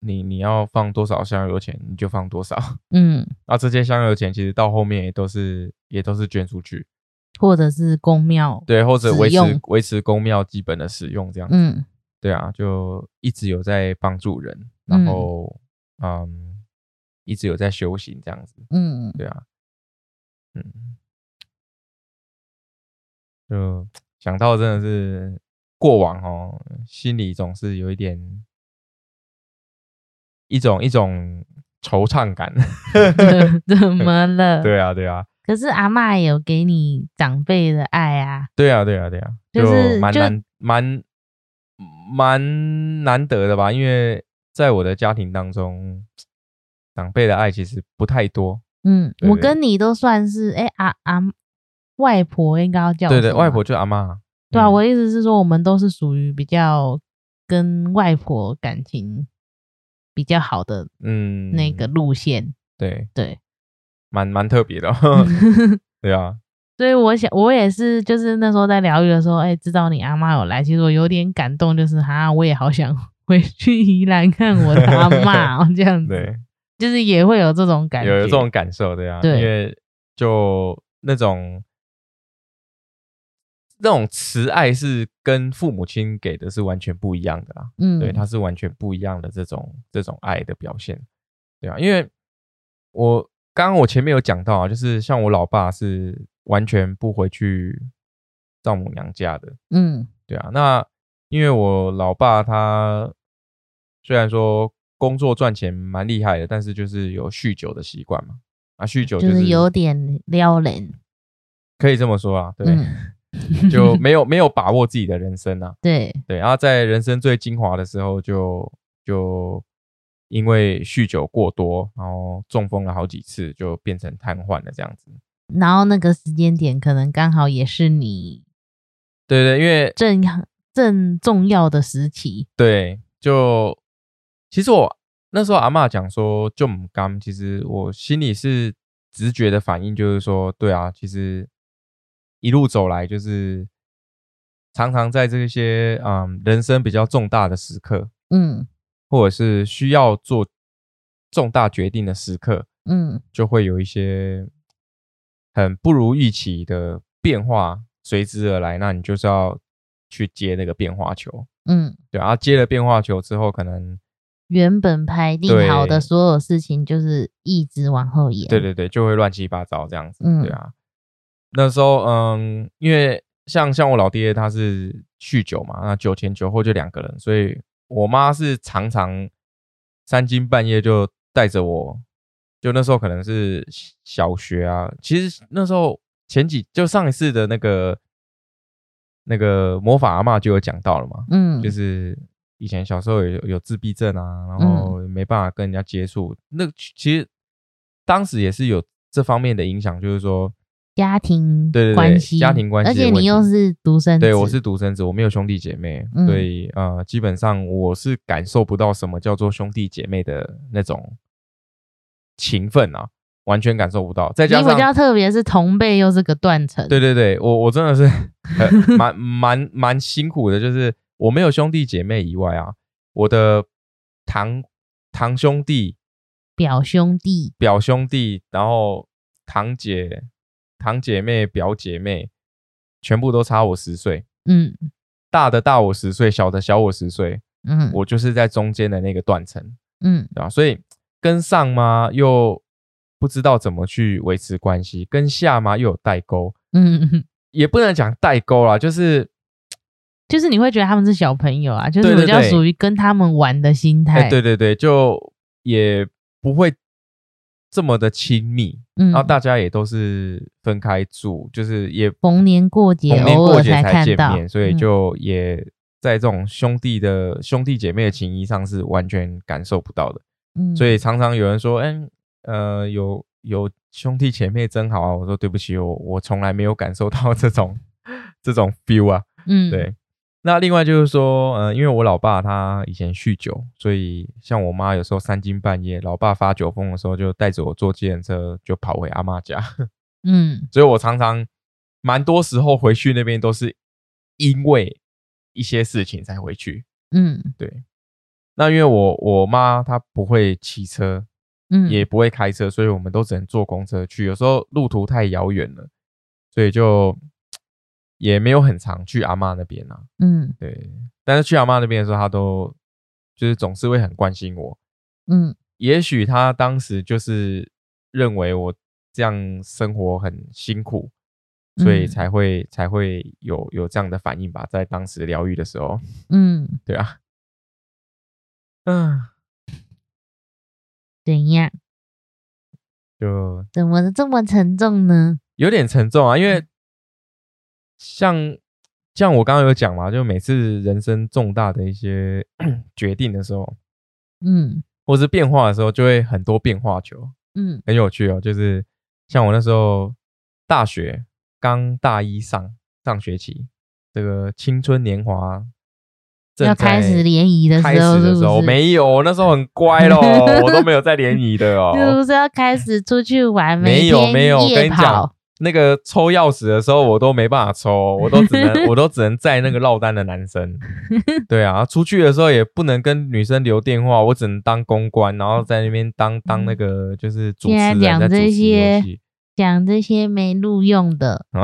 Speaker 1: 你你要放多少香油钱，你就放多少。
Speaker 2: 嗯
Speaker 1: 那这些香油钱其实到后面也都是也都是捐出去，
Speaker 2: 或者是宫庙，
Speaker 1: 对，或者维
Speaker 2: 使用
Speaker 1: 持维持公庙基本的使用这样子。
Speaker 2: 嗯
Speaker 1: 对啊，就一直有在帮助人，然
Speaker 2: 嗯
Speaker 1: 后嗯一直有在修行这样子。
Speaker 2: 嗯，
Speaker 1: 对啊，嗯，就想到真的是过往哦，心里总是有一点一种一种惆怅感。
Speaker 2: 嗯怎么 了？
Speaker 1: 对啊，对啊，
Speaker 2: 可是阿嬷也有给你长辈的爱啊，
Speaker 1: 对啊，对啊，对啊，
Speaker 2: 就是
Speaker 1: 蛮
Speaker 2: 就
Speaker 1: 难蛮蛮难得的吧，因为在我的家庭当中，长辈的爱其实不太多。
Speaker 2: 嗯，
Speaker 1: 对
Speaker 2: 我
Speaker 1: 对
Speaker 2: 跟你都算是，哎、阿阿外婆应该要叫
Speaker 1: 对
Speaker 2: 我
Speaker 1: 对，
Speaker 2: 什么啊
Speaker 1: 外婆就是阿妈。
Speaker 2: 对啊，
Speaker 1: 嗯
Speaker 2: 我的意思是说，我们都是属于比较跟外婆感情比较好的
Speaker 1: 嗯
Speaker 2: 那个路线，
Speaker 1: 对
Speaker 2: 对，
Speaker 1: 蛮蛮特别的。哦 对啊，
Speaker 2: 所以我想，我也是，就是那时候在疗愈的时候，哎、知道你阿妈有来，其实我有点感动，就是哈，我也好想 回去宜兰看我的阿妈、哦，这样子，
Speaker 1: 对，
Speaker 2: 就是也会有这种感觉，
Speaker 1: 有有这种感受，对啊，
Speaker 2: 对
Speaker 1: 因为就那种那种慈爱是跟父母亲给的是完全不一样的啦，
Speaker 2: 嗯，
Speaker 1: 对，它是完全不一样的这种这种爱的表现，对啊，因为我刚刚我前面有讲到啊，就是像我老爸是完全不回去丈母娘家的，
Speaker 2: 嗯
Speaker 1: 对啊，那因为我老爸他虽然说工作赚钱蛮厉害的，但是就是有酗酒的习惯嘛。啊，酗酒
Speaker 2: 就是是有点撩人，
Speaker 1: 可以这么说啊，对，
Speaker 2: 嗯，
Speaker 1: 就没有没有把握自己的人生啊，
Speaker 2: 对，
Speaker 1: 对，然后在人生最精华的时候就就因为酗酒过多，然后中风了好几次，就变成瘫痪了这样子。
Speaker 2: 然后那个时间点可能刚好也是你
Speaker 1: 对对，因为
Speaker 2: 正正重要的时期，
Speaker 1: 对，就其实我那时候阿嬷讲说就唔甘，其实我心里是直觉的反应，就是说，对啊，其实一路走来，就是常常在这些嗯人生比较重大的时刻，
Speaker 2: 嗯
Speaker 1: 或者是需要做重大决定的时刻，
Speaker 2: 嗯
Speaker 1: 就会有一些很不如预期的变化随之而来，那你就是要去接那个变化球。
Speaker 2: 嗯，
Speaker 1: 对啊，接了变化球之后，可能
Speaker 2: 原本排定好的
Speaker 1: 对
Speaker 2: 所有事情就是一直往后延，
Speaker 1: 对对对，就会乱七八糟这样子，
Speaker 2: 啊嗯
Speaker 1: 对啊。那时候，嗯，因为像像我老爹他是酗酒嘛，那酒前酒后就两个人，所以我妈是常常三更半夜就带着我，就那时候可能是小学啊，其实那时候前几就上一次的那个那个魔法阿嬷就有讲到了嘛，
Speaker 2: 嗯，嗯
Speaker 1: 就是以前小时候有有自闭症啊，然后没办法跟人家接触，那其实当时也是有这方面的影响，就是说，
Speaker 2: 家庭
Speaker 1: 对对对
Speaker 2: 关系，
Speaker 1: 家庭关系
Speaker 2: 而且
Speaker 1: 的问
Speaker 2: 你
Speaker 1: 题
Speaker 2: 又是独生子，
Speaker 1: 对我是独生子，我没有兄弟姐妹，
Speaker 2: 嗯
Speaker 1: 所以呃，基本上我是感受不到什么叫做兄弟姐妹的那种情分啊，完全感受不到。再
Speaker 2: 你
Speaker 1: 加
Speaker 2: 比较
Speaker 1: 上，
Speaker 2: 特别是同辈又是个断层，
Speaker 1: 对对对，我我真的是呃蛮蛮蛮辛苦的，就是我没有兄弟姐妹以外啊，我的堂堂兄弟。
Speaker 2: 表兄弟，
Speaker 1: 表兄弟，然后堂姐、堂姐妹、表姐妹，全部都差我十岁，
Speaker 2: 嗯
Speaker 1: 大的大我十岁，小的小我十岁，
Speaker 2: 嗯
Speaker 1: 我就是在中间的那个断层，
Speaker 2: 嗯
Speaker 1: 对吧？所以跟上嘛，又不知道怎么去维持关系；跟下嘛，又有代沟，
Speaker 2: 嗯，嗯
Speaker 1: 也不能讲代沟啦，就是
Speaker 2: 就是你会觉得他们是小朋友啊，就是
Speaker 1: 对对
Speaker 2: 比较
Speaker 1: 对
Speaker 2: 属于跟他们玩的心
Speaker 1: 哎、
Speaker 2: 态，
Speaker 1: 对对对，就也不会这么的亲密，
Speaker 2: 嗯，
Speaker 1: 然后大家也都是分开住，就是也
Speaker 2: 逢年过节
Speaker 1: 逢年
Speaker 2: 偶尔
Speaker 1: 过节
Speaker 2: 才看
Speaker 1: 见
Speaker 2: 到
Speaker 1: 面，所以
Speaker 2: 嗯
Speaker 1: 就也在这种兄弟的兄弟姐妹的情谊上是完全感受不到的。
Speaker 2: 嗯
Speaker 1: 所以常常有人说：“嗯，呃，有有兄弟姐妹真好啊！”我说：“对不起，我我从来没有感受到这种 这种 feel 啊。”
Speaker 2: 嗯
Speaker 1: 对。那另外就是说，呃，因为我老爸他以前酗酒，所以像我妈有时候三更半夜，老爸发酒疯的时候，就带着我坐计程车就跑回阿妈家。
Speaker 2: 嗯
Speaker 1: 所以我常常蛮多时候回去那边都是因为一些事情才回去。
Speaker 2: 嗯
Speaker 1: 那因为我我妈她不会骑车，
Speaker 2: 嗯
Speaker 1: 也不会开车，所以我们都只能坐公车去。有时候路途太遥远了，所以就也没有很常去阿嬷那边啊。
Speaker 2: 嗯
Speaker 1: 对，但是去阿嬷那边的时候，她都就是总是会很关心我。
Speaker 2: 嗯
Speaker 1: 也许她当时就是认为我这样生活很辛苦，所以
Speaker 2: 嗯
Speaker 1: 才会、才会有有这样的反应吧，在当时疗愈的时候，
Speaker 2: 嗯，
Speaker 1: 对啊，嗯，
Speaker 2: 怎样？
Speaker 1: 就
Speaker 2: 怎么这么沉重呢？
Speaker 1: 有点沉重啊，因为像像我刚刚有讲嘛，就每次人生重大的一些 决定的时候，
Speaker 2: 嗯
Speaker 1: 或是变化的时候，就会很多变化球，
Speaker 2: 嗯
Speaker 1: 很有趣哦。就是像我那时候大学刚大一上上学期，这个青春年华正
Speaker 2: 要开
Speaker 1: 在
Speaker 2: 始联谊的时候
Speaker 1: 开始的时
Speaker 2: 是
Speaker 1: 候
Speaker 2: 不是
Speaker 1: 没有，我那时候很乖咯，我都没有在联谊的 哦。
Speaker 2: 是不是要开始出去玩？
Speaker 1: 没有
Speaker 2: 每天
Speaker 1: 没有，我
Speaker 2: 夜
Speaker 1: 跟你讲
Speaker 2: 跑，，
Speaker 1: 那个抽钥匙的时候我都没办法抽，我都只 能我都只能载那个落单的男生。对啊，出去的时候也不能跟女生留电话，我只能当公关，然后在那边当当那个就是主持
Speaker 2: 嗯现在
Speaker 1: 人
Speaker 2: 讲
Speaker 1: 在主
Speaker 2: 这
Speaker 1: 持游
Speaker 2: 些
Speaker 1: 戏。
Speaker 2: 讲这些没录用的，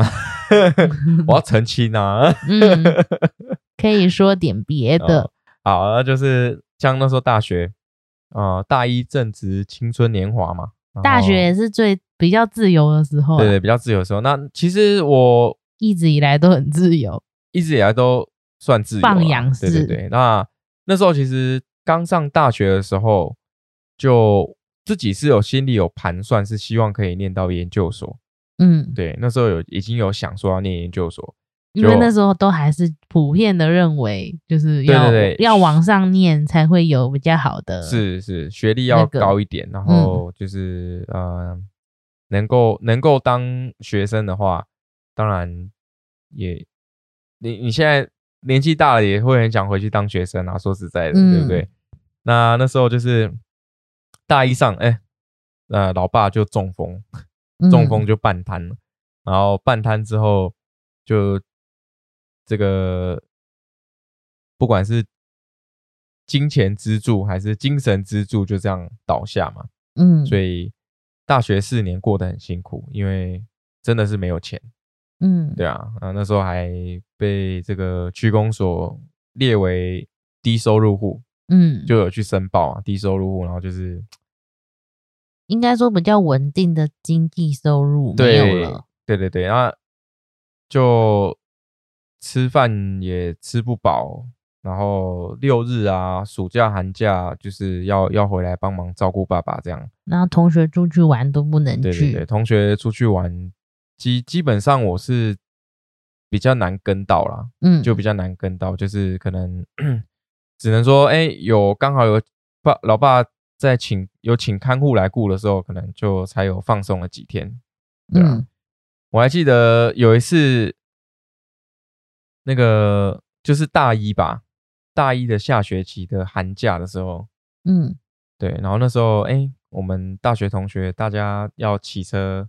Speaker 1: 我要澄清啊，
Speaker 2: 嗯，可以说点别的，
Speaker 1: 哦好，那就是像那时候大学，呃，大一正值青春年华嘛，然
Speaker 2: 大
Speaker 1: 后
Speaker 2: 学也是最比较自由的时候啊，
Speaker 1: 哦对对比较自由的时候。那其实我
Speaker 2: 一直以来都很自由，
Speaker 1: 一直以来都算自由啦，
Speaker 2: 放养式
Speaker 1: 对对对，那那时候其实刚上大学的时候，就自己是有心里有盘算，是希望可以念到研究所。
Speaker 2: 嗯，
Speaker 1: 对，那时候有已经有想说要念研究所。
Speaker 2: 因为
Speaker 1: 就
Speaker 2: 那时候都还是普遍的认为，就是
Speaker 1: 对
Speaker 2: 要
Speaker 1: 对对
Speaker 2: 要往上念才会有比较好的，，
Speaker 1: 是是，学历要
Speaker 2: 那个嗯
Speaker 1: 高一点，然后就是、呃，能够能够当学生的话，当然也，你你现在年纪大了，也会很想回去当学生啊。说实在的，对不
Speaker 2: 嗯
Speaker 1: 对？那那时候就是大一上，哎、呃，老爸就中风，
Speaker 2: 嗯
Speaker 1: 中风，就半瘫了，然后半瘫之后就这个不管是金钱支柱还是精神支柱，就这样倒下嘛。
Speaker 2: 嗯，
Speaker 1: 所以大学四年过得很辛苦，因为真的是没有钱。
Speaker 2: 嗯，
Speaker 1: 对啊，啊那时候还被这个区公所列为低收入户，
Speaker 2: 嗯，
Speaker 1: 就有去申报啊，低收入户，然后就是
Speaker 2: 应该说比较稳定的经济收入没有
Speaker 1: 对
Speaker 2: 了，
Speaker 1: 对对对，那就吃饭也吃不饱，然后六日啊、暑假、寒假就是要要回来帮忙照顾爸爸这样。
Speaker 2: 然后同学出去玩都不能
Speaker 1: 对对对，
Speaker 2: 去，
Speaker 1: 同学出去玩，基基本上我是比较难跟到啦，
Speaker 2: 嗯，
Speaker 1: 就比较难跟到，就是可能只能说，哎、有刚好有爸老爸在请有请看护来顾的时候，可能就才有放松了几天。对啊
Speaker 2: 嗯
Speaker 1: 我还记得有一次，那个就是大一吧，大一的下学期的寒假的时候，
Speaker 2: 嗯
Speaker 1: 对，然后那时候哎、我们大学同学大家要骑车，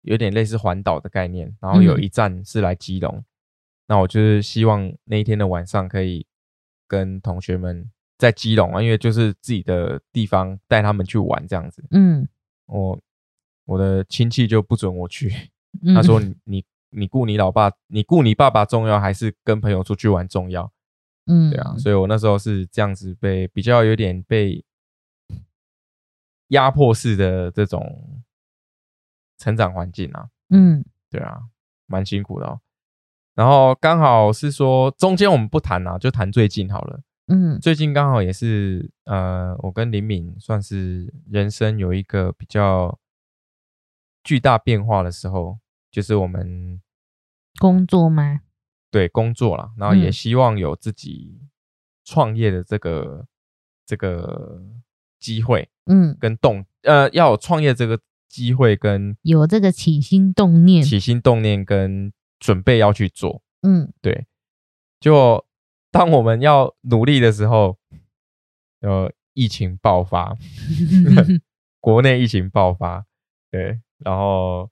Speaker 1: 有点类似环岛的概念，然后有
Speaker 2: 嗯
Speaker 1: 一站是来基隆，那我就是希望那一天的晚上可以跟同学们在基隆啊，因为就是自己的地方，带他们去玩这样子。
Speaker 2: 嗯
Speaker 1: 我我的亲戚就不准我去。
Speaker 2: 嗯，
Speaker 1: 他说你你你顾你老爸，你顾你爸爸重要还是跟朋友出去玩重要？
Speaker 2: 嗯，
Speaker 1: 对啊，所以我那时候是这样子被比较有点被压迫式的这种成长环境啊，
Speaker 2: 嗯
Speaker 1: 对啊，蛮辛苦的、哦。然后刚好是说中间我们不谈啊啦、就谈最近好了。
Speaker 2: 嗯
Speaker 1: 最近刚好也是呃，我跟林敏算是人生有一个比较巨大变化的时候，就是我们
Speaker 2: 工作吗？
Speaker 1: 对工作啦，然后也
Speaker 2: 嗯
Speaker 1: 希望有自己创业的这个这个机会
Speaker 2: 嗯，
Speaker 1: 跟动呃，要有创业这个机会跟
Speaker 2: 有这个起心动念，
Speaker 1: 起心动念跟准备要去做。
Speaker 2: 嗯
Speaker 1: 对，就当我们要努力的时候，呃，疫情爆发， 国内疫情爆发，对，然后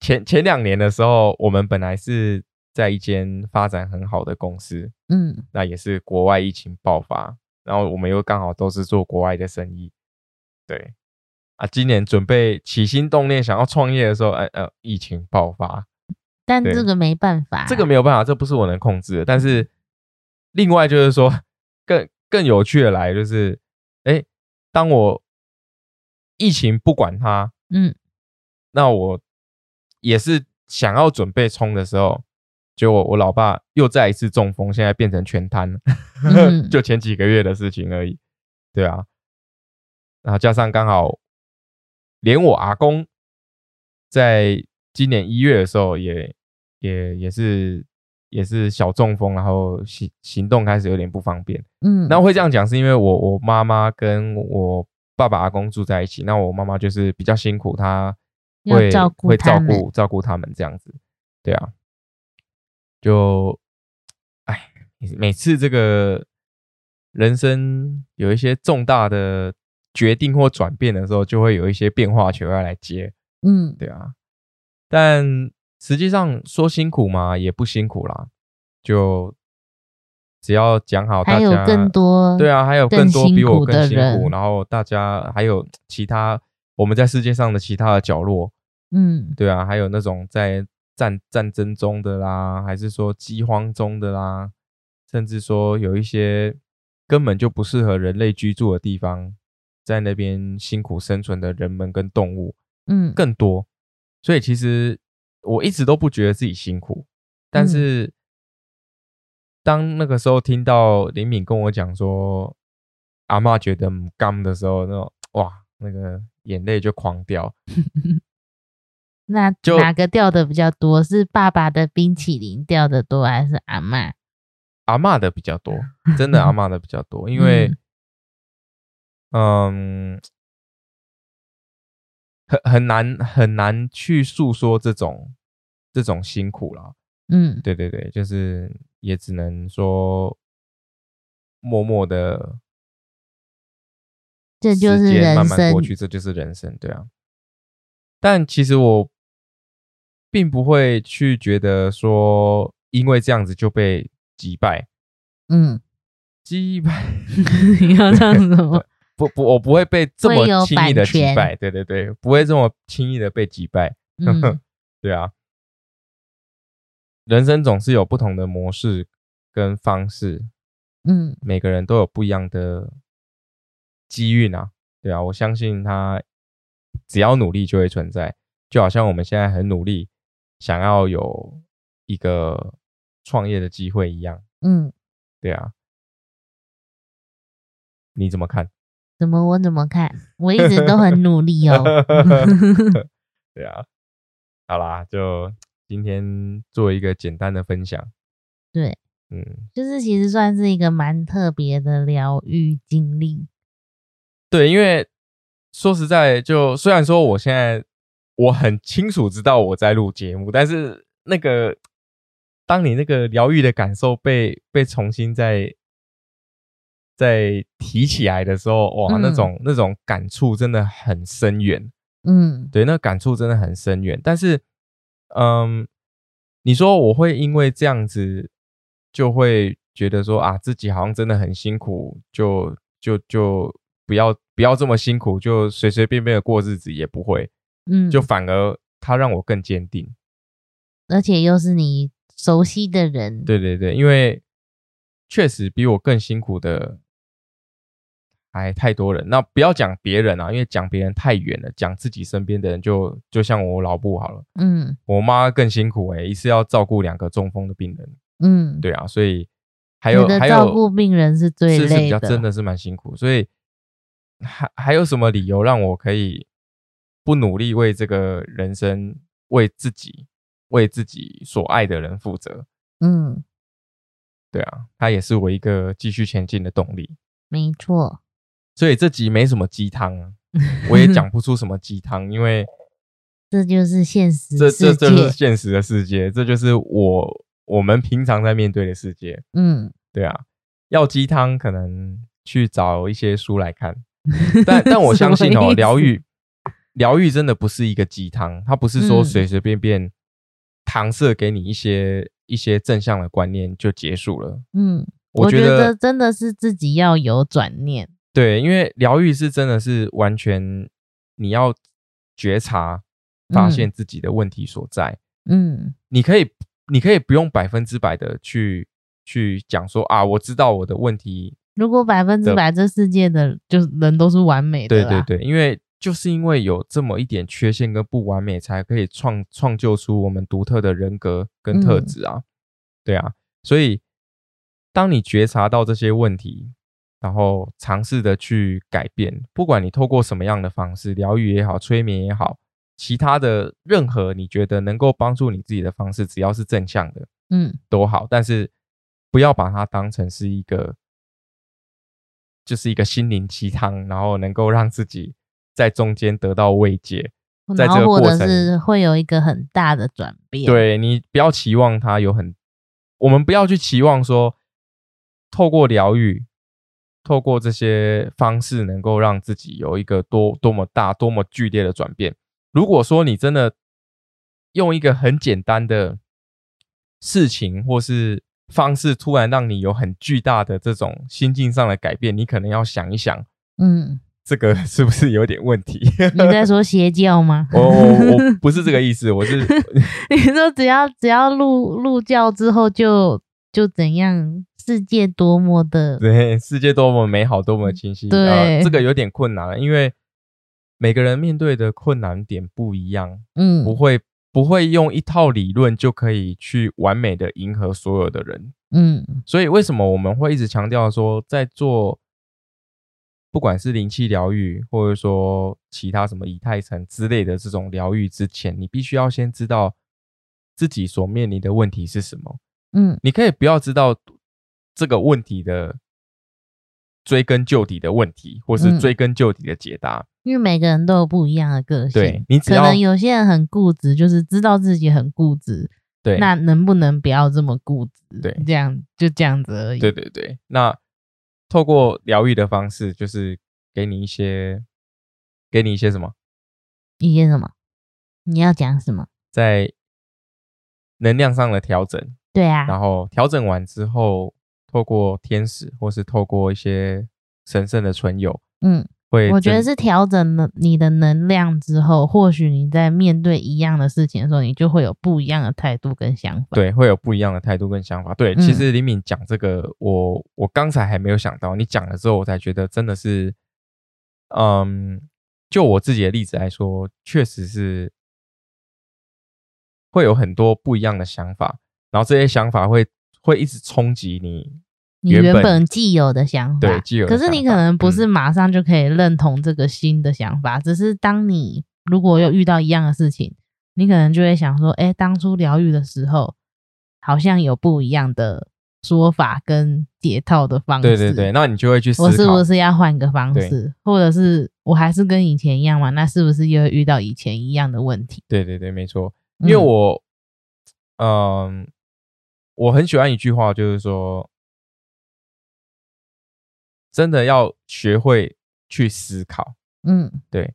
Speaker 1: 前前两年的时候，我们本来是在一间发展很好的公司，
Speaker 2: 嗯
Speaker 1: 那也是国外疫情爆发，然后我们又刚好都是做国外的生意，对啊，今年准备起心动念想要创业的时候，哎呃，疫情爆发，
Speaker 2: 但
Speaker 1: 对
Speaker 2: 这个没办法，
Speaker 1: 这个没有办法，这不是我能控制的。但是另外就是说，更更有趣的来就是，哎，当我疫情不管它，
Speaker 2: 嗯，
Speaker 1: 那我也是想要准备冲的时候，结果我老爸又再一次中风，现在变成全瘫了，
Speaker 2: 嗯
Speaker 1: 就前几个月的事情而已。对啊，然后加上刚好连我阿公在今年一月的时候也也也是也是小中风，然后行行动开始有点不方便。
Speaker 2: 嗯，
Speaker 1: 那会这样讲，是因为我我妈妈跟我爸爸阿公住在一起，那我妈妈就是比较辛苦，她
Speaker 2: 要
Speaker 1: 会
Speaker 2: 照顾
Speaker 1: 会
Speaker 2: 他
Speaker 1: 照
Speaker 2: 们
Speaker 1: 顾照顾他们这样子，对啊，就，哎，每次这个人生有一些重大的决定或转变的时候，就会有一些变化球要来接，
Speaker 2: 嗯
Speaker 1: 对啊，但实际上说辛苦嘛，也不辛苦啦，就只要讲好大家，
Speaker 2: 还有更多
Speaker 1: 对啊，还有更多
Speaker 2: 更辛
Speaker 1: 比我
Speaker 2: 苦
Speaker 1: 更
Speaker 2: 的
Speaker 1: 辛
Speaker 2: 人
Speaker 1: 苦，然后大家还有其他我们在世界上的其他的角落，
Speaker 2: 嗯
Speaker 1: 对啊，还有那种在战战争中的啦，还是说饥荒中的啦，甚至说有一些根本就不适合人类居住的地方，在那边辛苦生存的人们跟动物，
Speaker 2: 嗯
Speaker 1: 更多。所以其实我一直都不觉得自己辛苦，但
Speaker 2: 嗯
Speaker 1: 是当那个时候听到林敏跟我讲说阿嬷觉得母刚的时候，那种哇，那个眼泪就狂掉。
Speaker 2: 那
Speaker 1: 就
Speaker 2: 哪个掉的比较多？是爸爸的冰淇淋掉的多，还是阿嬷？
Speaker 1: 阿嬷的比较多，真的阿嬷的比较多，因为嗯。很很难很难去诉说这种这种辛苦啦，
Speaker 2: 嗯
Speaker 1: 对对对，就是也只能说默默的，
Speaker 2: 这就
Speaker 1: 时
Speaker 2: 是
Speaker 1: 间
Speaker 2: 人
Speaker 1: 慢慢过
Speaker 2: 生
Speaker 1: 去，这就是人生，对啊。但其实我并不会去觉得说，因为这样子就被击败，
Speaker 2: 嗯，
Speaker 1: 击败
Speaker 2: 你要唱什么？
Speaker 1: 不不，我不会被这
Speaker 2: 会有
Speaker 1: 么轻易的
Speaker 2: 版
Speaker 1: 击
Speaker 2: 权
Speaker 1: 败，对对对，不会这么轻易的被击败，
Speaker 2: 嗯
Speaker 1: 对啊。人生总是有不同的模式跟方式，
Speaker 2: 嗯
Speaker 1: 每个人都有不一样的机遇啊，对啊，我相信他只要努力就会存在，就好像我们现在很努力想要有一个创业的机会一样，
Speaker 2: 嗯，
Speaker 1: 对啊，你怎么看？
Speaker 2: 怎么我怎么看？我一直都很努力哦。
Speaker 1: 对啊，好啦，就今天做一个简单的分享，
Speaker 2: 对，
Speaker 1: 嗯，
Speaker 2: 就是其实算是一个蛮特别的疗愈经历。
Speaker 1: 对，因为说实在，就虽然说我现在我很清楚知道我在录节目，但是那个当你那个疗愈的感受被被重新再再提起来的时候，哇，那
Speaker 2: 嗯
Speaker 1: 种那种感触真的很深远。
Speaker 2: 嗯
Speaker 1: 对，那感触真的很深远。但是，嗯，你说我会因为这样子，就会觉得说啊，自己好像真的很辛苦，就就就不要不要这么辛苦，就随随便便的过日子也不会，
Speaker 2: 嗯，
Speaker 1: 就反而它让我更坚定。
Speaker 2: 而且又是你熟悉的人，
Speaker 1: 对对对，因为确实比我更辛苦的还太多人。那不要讲别人啊，因为讲别人太远了，讲自己身边的人就就像我老布好了。
Speaker 2: 嗯
Speaker 1: 我妈更辛苦欸诶、一次要照顾两个中风的病人，
Speaker 2: 嗯，
Speaker 1: 对啊，所以还有
Speaker 2: 你的
Speaker 1: 还有
Speaker 2: 照顾病人是最
Speaker 1: 是是比
Speaker 2: 累
Speaker 1: 较
Speaker 2: 的
Speaker 1: 真的是蛮辛苦，所以还还有什么理由让我可以不努力为这个人生、为自己、为自己所爱的人负责？
Speaker 2: 嗯，
Speaker 1: 对啊，它也是我一个继续前进的动力。
Speaker 2: 没错，
Speaker 1: 所以这集没什么鸡汤啊，我也讲不出什么鸡汤，因 为
Speaker 2: 这就是现实
Speaker 1: 这这
Speaker 2: 世
Speaker 1: 这就是
Speaker 2: 界。
Speaker 1: 现实的世界，这就是我我们平常在面对的世界。
Speaker 2: 嗯，
Speaker 1: 对啊，要鸡汤可能去找一些书来 看，但但我
Speaker 2: 什
Speaker 1: 相
Speaker 2: 么
Speaker 1: 信
Speaker 2: 意
Speaker 1: 哦，
Speaker 2: 思
Speaker 1: 疗愈疗愈真的不是一个鸡汤，它不是说
Speaker 2: 嗯
Speaker 1: 随随便便搪塞给你一些一些正向的观念就结束了。
Speaker 2: 嗯，
Speaker 1: 我
Speaker 2: 觉
Speaker 1: 觉得
Speaker 2: 真的是自己要有转念。
Speaker 1: 对，因为疗愈是真的是完全你要觉察，发
Speaker 2: 嗯
Speaker 1: 现自己的问题所在，
Speaker 2: 嗯
Speaker 1: 你可以你可以不用百分之百的去去讲说啊，我知道我的问题，
Speaker 2: 如果百分之百这世界的就是人都是完美的
Speaker 1: 对
Speaker 2: 啦，
Speaker 1: 对对，因为就是因为有这么一点缺陷跟不完美，才可以创创就出我们独特的人格跟特
Speaker 2: 嗯
Speaker 1: 质啊，对啊，所以当你觉察到这些问题，然后尝试的去改变，不管你透过什么样的方式，疗愈也好，催眠也好，其他的任何你觉得能够帮助你自己的方式，只要是正向的，
Speaker 2: 嗯
Speaker 1: 都好，但是不要把它当成是一个，就是一个心灵鸡汤，然后能够让自己在中间得到慰藉。在
Speaker 2: 然
Speaker 1: 这个过
Speaker 2: 后或
Speaker 1: 程
Speaker 2: 者是会有一个很大的转变，，
Speaker 1: 对你不要期望它有很，我们不要去期望说，透过疗愈，透过这些方式能够让自己有一个多多么大、多么剧烈的转变。如果说你真的用一个很简单的事情或是方式，突然让你有很巨大的这种心境上的改变，你可能要想一想，
Speaker 2: 嗯，
Speaker 1: 这个是不是有点问题？
Speaker 2: 你在说邪教吗
Speaker 1: 哦？我我我不是这个意思，我是
Speaker 2: 你说只要只要入入教之后就就怎样，世界多么 的，
Speaker 1: 对，世界多么美好，多么清晰。
Speaker 2: 对
Speaker 1: 呃，这个有点困难了，因为每个人面对的困难点不一样，
Speaker 2: 嗯，
Speaker 1: 不会不会用一套理论就可以去完美的迎合所有的人。
Speaker 2: 嗯
Speaker 1: 所以为什么我们会一直强调说，在做不管是灵气疗愈，或者说其他什么以太层之类的这种疗愈之前，你必须要先知道自己所面临的问题是什么。
Speaker 2: 嗯
Speaker 1: 你可以不要知道这个问题的追根究底的问题，或是
Speaker 2: 嗯
Speaker 1: 追根究底的解答。
Speaker 2: 因为每个人都有不一样的个性，
Speaker 1: 对你只
Speaker 2: 可
Speaker 1: 要
Speaker 2: 能有些人很固执，就是知道自己很固执，
Speaker 1: 对，
Speaker 2: 那能不能不要这么固执？
Speaker 1: 对
Speaker 2: 这样就这样子而已。
Speaker 1: 对对对。那透过疗愈的方式，就是给你一些，给你一些什么，
Speaker 2: 一些什么？你要讲什么？
Speaker 1: 在能量上的调整，
Speaker 2: 对啊，
Speaker 1: 然后调整完之后，透过天使或是透过一些神圣的存有，
Speaker 2: 嗯，
Speaker 1: 会
Speaker 2: 我觉得
Speaker 1: 增
Speaker 2: 是调整了你的能量之后，或许你在面对一样的事情的时候，你就会有不一样的态度跟想法。，
Speaker 1: 对，会有不一样的态度跟想法。对，其
Speaker 2: 嗯
Speaker 1: 实李敏讲这个，我我刚才还没有想到，你讲了之后，我才觉得真的是，嗯，就我自己的例子来说，确实是会有很多不一样的想法，然后这些想法会会一直冲击你，
Speaker 2: 你
Speaker 1: 原
Speaker 2: 原
Speaker 1: 本
Speaker 2: 本既有的想法，
Speaker 1: 对既有的
Speaker 2: 可是你
Speaker 1: 想法
Speaker 2: 可能不
Speaker 1: 嗯
Speaker 2: 是马上就可以认同这个新的想法，只是当你如果有遇到一样的事情，你可能就会想说，哎、当初疗愈的时候，好像有不一样的说法跟解套的方
Speaker 1: 对
Speaker 2: 式。
Speaker 1: 对对，那你就会去思
Speaker 2: 哦我是
Speaker 1: 考
Speaker 2: 不，是要换个方
Speaker 1: 对
Speaker 2: 式，或者是我还是跟以前一样嘛？那是不是又会遇到以前一样的问题？
Speaker 1: 对对对，没错，因为我，嗯，我很喜欢一句话，就是说，真的要学会去思考。
Speaker 2: 嗯
Speaker 1: 对，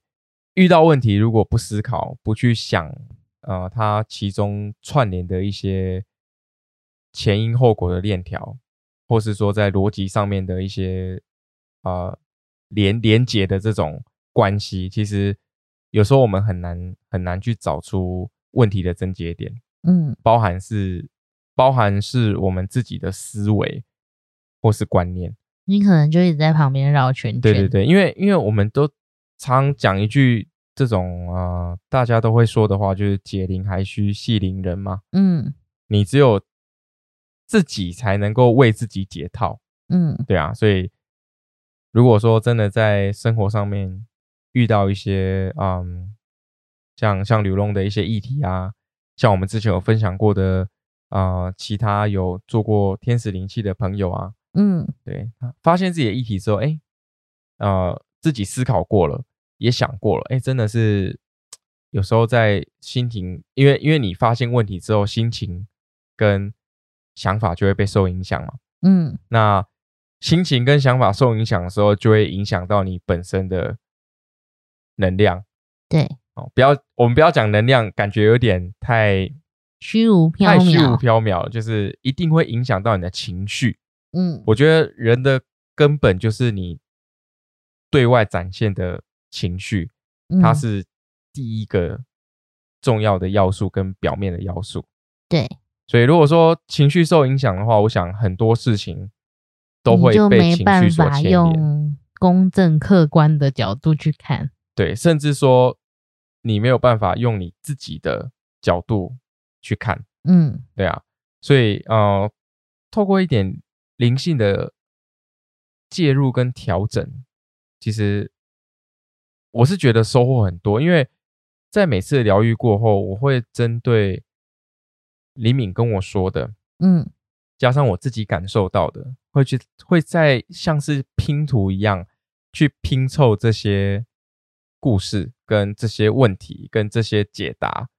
Speaker 1: 遇到问题如果不思考，不去想，呃，它其中串联的一些前因后果的链条，或是说在逻辑上面的一些呃连连结的这种关系，其实有时候我们很难很难去找出问题的症结点，
Speaker 2: 嗯
Speaker 1: 包含是包含是我们自己的思维或是观念。
Speaker 2: 你可能就一直在旁边绕圈圈。
Speaker 1: 对对，对，因为因为我们都常讲一句这种呃大家都会说的话，就是解铃还需系铃人嘛。
Speaker 2: 嗯
Speaker 1: 你只有自己才能够为自己解套，
Speaker 2: 嗯
Speaker 1: 对啊。所以如果说真的在生活上面遇到一些嗯，像像流浪的一些议题啊，像我们之前有分享过的啊、呃其他有做过天使灵气的朋友啊，
Speaker 2: 嗯
Speaker 1: 对，他发现自己的议题之后，哎，呃，自己思考过了，也想过了，哎，真的是有时候在心情，因为因为你发现问题之后，心情跟想法就会被受影响嘛。
Speaker 2: 嗯
Speaker 1: 那心情跟想法受影响的时候，就会影响到你本身的能量
Speaker 2: 对，
Speaker 1: 哦。不要，我们不要讲能量，感觉有点太
Speaker 2: 虚无缥
Speaker 1: 太虚无
Speaker 2: 缈。
Speaker 1: 缥缈了，就是一定会影响到你的情绪。
Speaker 2: 嗯
Speaker 1: 我觉得人的根本就是你对外展现的情绪，它
Speaker 2: 嗯
Speaker 1: 是第一个重要的要素跟表面的要素。
Speaker 2: 对，
Speaker 1: 所以如果说情绪受影响的话，我想很多事情都会
Speaker 2: 你就
Speaker 1: 被
Speaker 2: 没
Speaker 1: 情绪
Speaker 2: 办
Speaker 1: 所
Speaker 2: 法
Speaker 1: 牵连。
Speaker 2: 用公正客观的角度去看。
Speaker 1: 对，甚至说你没有办法用你自己的角度去看。
Speaker 2: 嗯，
Speaker 1: 对啊，所以呃，透过一点灵性的介入跟调整，其实我是觉得收获很多，因为在每次疗愈过后，我会针对李敏跟我说的，
Speaker 2: 嗯，
Speaker 1: 加上我自己感受到的，会去会在像是拼图一样去拼凑这些故事、跟这些问题、跟这些解答，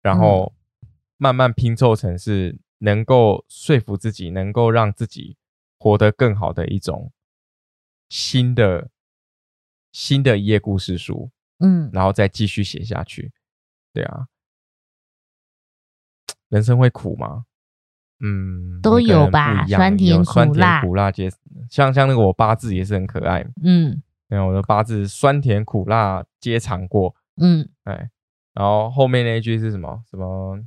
Speaker 1: 然后慢慢拼凑成是能够说服自己，能够让自己活得更好的一种新的新的一页故事书，
Speaker 2: 嗯，
Speaker 1: 然后再继续写下去。对啊，人生会苦吗？嗯，
Speaker 2: 都
Speaker 1: 每个
Speaker 2: 有
Speaker 1: 人不
Speaker 2: 吧
Speaker 1: 一样
Speaker 2: 酸甜
Speaker 1: 有酸
Speaker 2: 苦
Speaker 1: 甜
Speaker 2: 辣
Speaker 1: 苦辣皆像像那个我八字也是很可爱，
Speaker 2: 嗯
Speaker 1: 然后我的八字酸甜苦辣皆尝过，
Speaker 2: 嗯，
Speaker 1: 哎，然后后面那一句是什么什么？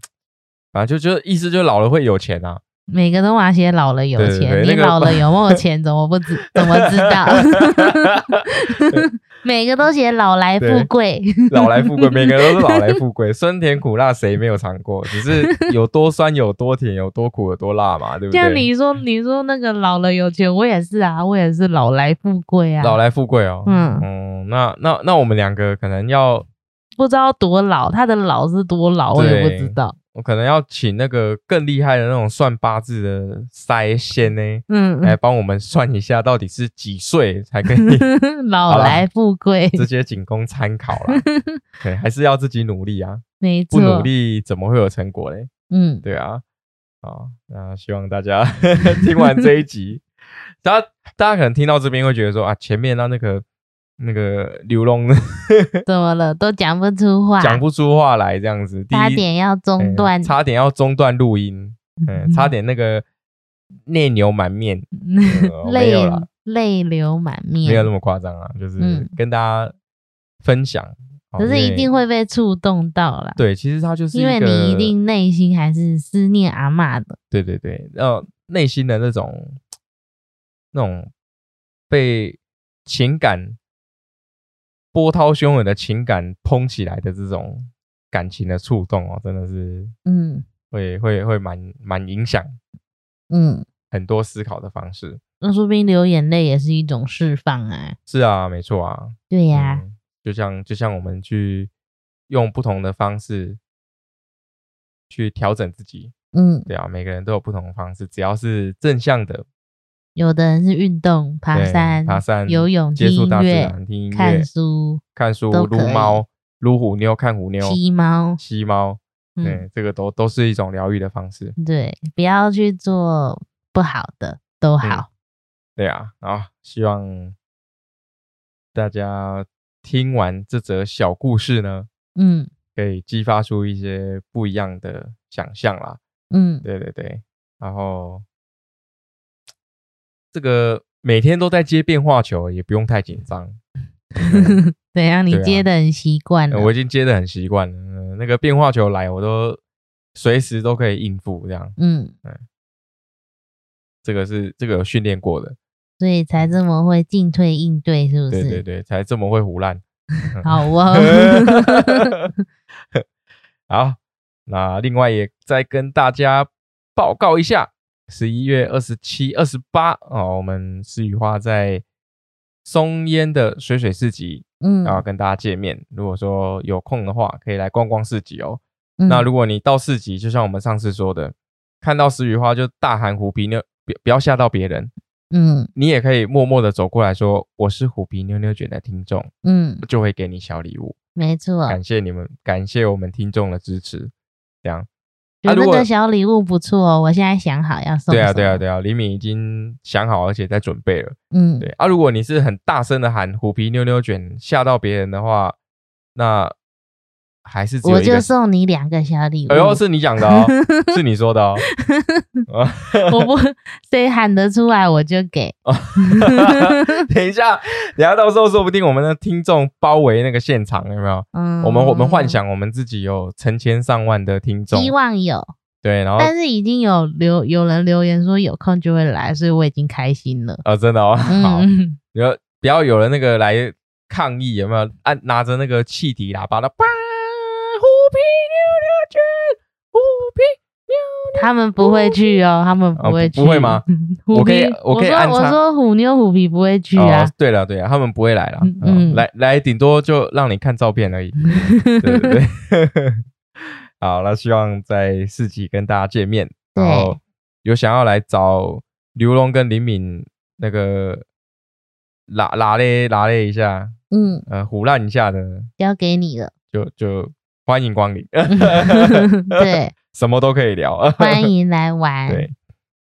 Speaker 1: 反正就就意思就老了会有钱啊，
Speaker 2: 每个都马写老了有
Speaker 1: 对对
Speaker 2: 钱，
Speaker 1: 对那
Speaker 2: 你
Speaker 1: 个
Speaker 2: 老了有没有钱？怎么不知怎么知道？ 每个都写老来
Speaker 1: 对
Speaker 2: 富贵，
Speaker 1: 老来富贵，每个人都是老来富贵，酸甜苦辣谁没有尝过？只是有多酸有多甜，有多苦有多辣嘛，对不对？
Speaker 2: 像你说你说那个老了有钱，我也是啊，我也是老来富贵啊，
Speaker 1: 老来富贵哦，
Speaker 2: 嗯
Speaker 1: 嗯，那那那我们两个可能要，
Speaker 2: 不知道多老，他的老是多老，我也不知道。
Speaker 1: 我可能要请那个更厉害的那种算八字的塞仙呢，
Speaker 2: 嗯，
Speaker 1: 来帮我们算一下到底是几岁才可以
Speaker 2: 老来富贵，
Speaker 1: 这些仅供参考 啦。对，还是要自己努力啊，
Speaker 2: 没错。
Speaker 1: 不努力怎么会有成果嘞？
Speaker 2: 嗯，
Speaker 1: 对啊，好，那希望大家 听完这一 集，大家大家可能听到这边会觉得说啊，前面那那个那个刘龙
Speaker 2: 怎么了？都讲不出话，
Speaker 1: 讲不出话来这样子，第
Speaker 2: 差
Speaker 1: 一
Speaker 2: 点要中
Speaker 1: 嗯
Speaker 2: 断。
Speaker 1: 差点要中断录音，嗯，差点那个泪流满面， 呃没
Speaker 2: 嗯泪
Speaker 1: 有啦
Speaker 2: 泪流满面，
Speaker 1: 没有那么夸张啊，就是
Speaker 2: 嗯
Speaker 1: 跟大家分享，哦
Speaker 2: 可是一定
Speaker 1: 因为
Speaker 2: 会被触动到啦，
Speaker 1: 对，其实它就是
Speaker 2: 因为
Speaker 1: 个
Speaker 2: 你一定内心还是思念阿嬷的。
Speaker 1: 对对对，呃，内心的那种那种被情感波涛汹涌的情感砰起来的这种感情的触动哦，真的是
Speaker 2: 嗯
Speaker 1: 会会会蛮蛮影响
Speaker 2: 嗯，
Speaker 1: 很多思考的方式。
Speaker 2: 那说不定流眼泪也是一种释放啊。
Speaker 1: 是啊，没错啊，
Speaker 2: 对呀、
Speaker 1: 嗯，就像就像我们去用不同的方式去调整自己，
Speaker 2: 嗯，
Speaker 1: 对啊，每个人都有不同的方式，只要是正向的，
Speaker 2: 有的人是运动、爬
Speaker 1: 对
Speaker 2: 山、
Speaker 1: 爬山、
Speaker 2: 游泳、
Speaker 1: 接
Speaker 2: 听
Speaker 1: 触
Speaker 2: 音
Speaker 1: 大自
Speaker 2: 乐、
Speaker 1: 然、听音乐、
Speaker 2: 看书、
Speaker 1: 看书、
Speaker 2: 都
Speaker 1: 撸
Speaker 2: 可以
Speaker 1: 猫、撸虎妞、看虎妞、
Speaker 2: 骑猫。
Speaker 1: 吸猫，
Speaker 2: 嗯，
Speaker 1: 对，这个都都是一种疗愈的方式，
Speaker 2: 对，不要去做不好的，
Speaker 1: 嗯
Speaker 2: 都好。
Speaker 1: 对啊，啊，希望大家听完这则小故事呢，
Speaker 2: 嗯
Speaker 1: 可以激发出一些不一样的想象啦。
Speaker 2: 嗯，
Speaker 1: 对对对，然后这个每天都在接变化球，也不用太紧张。嗯
Speaker 2: 怎样？你
Speaker 1: 对啊
Speaker 2: 接的很习惯了
Speaker 1: 呃。我已经接的很习惯了、嗯那个变化球来我都随时都可以应付，这样
Speaker 2: 嗯，
Speaker 1: 这个是这个有训练过的，
Speaker 2: 所以才这么会进退应对，是不
Speaker 1: 对
Speaker 2: 是？
Speaker 1: 对 对，才这么会胡乱。
Speaker 2: 好哦。
Speaker 1: 好，那另外也再跟大家报告一下，十一月二十七、二十八哦，我们诗雨花在松烟的水水市集
Speaker 2: 嗯，
Speaker 1: 啊、跟大家见面。如果说有空的话，可以来逛逛市集哦。
Speaker 2: 嗯
Speaker 1: 那如果你到市集，就像我们上次说的，看到石雨花就大喊虎皮妞，不不要吓到别人，
Speaker 2: 嗯
Speaker 1: 你也可以默默的走过来说我是虎皮妞妞卷的听众，
Speaker 2: 嗯，
Speaker 1: 就会给你小礼物。
Speaker 2: 没错，
Speaker 1: 感谢你们，感谢我们听众的支持。这样，
Speaker 2: 有
Speaker 1: 如
Speaker 2: 那
Speaker 1: 果
Speaker 2: 个小礼物不错哦。我现在想好要送。
Speaker 1: 对啊，对啊，。对啊，李敏已经想好，而且在准备了。
Speaker 2: 嗯，
Speaker 1: 对啊，如果你是很大声的喊虎皮妞妞卷吓到别人的话，那还是只有
Speaker 2: 我
Speaker 1: 一个
Speaker 2: 就。送你两个小礼物。
Speaker 1: 哎呦，是你讲的 哦，是你说的哦。
Speaker 2: 我不谁喊得出来我就给。
Speaker 1: 等一下，等一下到时候说不定我们的听众包围那个现场，有没有？
Speaker 2: 嗯，
Speaker 1: 我们我们幻想我们自己有成千上万的听众，
Speaker 2: 希望有，
Speaker 1: 对，然后
Speaker 2: 但是已经有留有人留言说有空就会来，所以我已经开心了。
Speaker 1: 呃，真的哦，好，
Speaker 2: 嗯，
Speaker 1: 然后不要有人那个来抗议，有没有？按拿着那个气体喇叭的，叭，虎皮牛牛圈，虎皮
Speaker 2: 他们不会去哦，他们不会去，
Speaker 1: 哦不会吗？
Speaker 2: 虎
Speaker 1: 我可以
Speaker 2: 皮，
Speaker 1: 我可以
Speaker 2: 说
Speaker 1: 安插
Speaker 2: 我说虎妞虎皮不会去 啊
Speaker 1: 哦，，对了对了，他们不会来了，
Speaker 2: 嗯
Speaker 1: 嗯，
Speaker 2: 嗯
Speaker 1: 来来，顶多就让你看照片 而已。对对对。 好，那希望在四级跟大家见面，然后有想要来找刘龙跟林敏那个拉拉嘞拉嘞一下，
Speaker 2: 嗯，
Speaker 1: 呃，胡烂一下的，
Speaker 2: 交给你 了，
Speaker 1: 就就欢迎光临，
Speaker 2: 对，
Speaker 1: 什么都可以聊。
Speaker 2: 欢迎来玩，
Speaker 1: 对，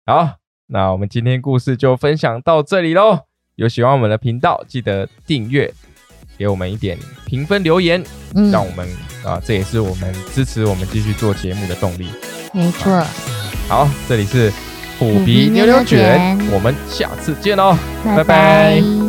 Speaker 1: 好，那我们今天故事就分享到这里喽。有喜欢我们的频道，记得订阅，给我们一点评分留言，
Speaker 2: 嗯，
Speaker 1: 让我们啊，这也是我们支持我们继续做节目的动力。
Speaker 2: 没错，
Speaker 1: 好，这里是虎皮
Speaker 2: 虎皮
Speaker 1: 牛
Speaker 2: 牛
Speaker 1: 牛
Speaker 2: 牛
Speaker 1: 卷
Speaker 2: 卷，
Speaker 1: 我们下次见喽。拜拜
Speaker 2: 拜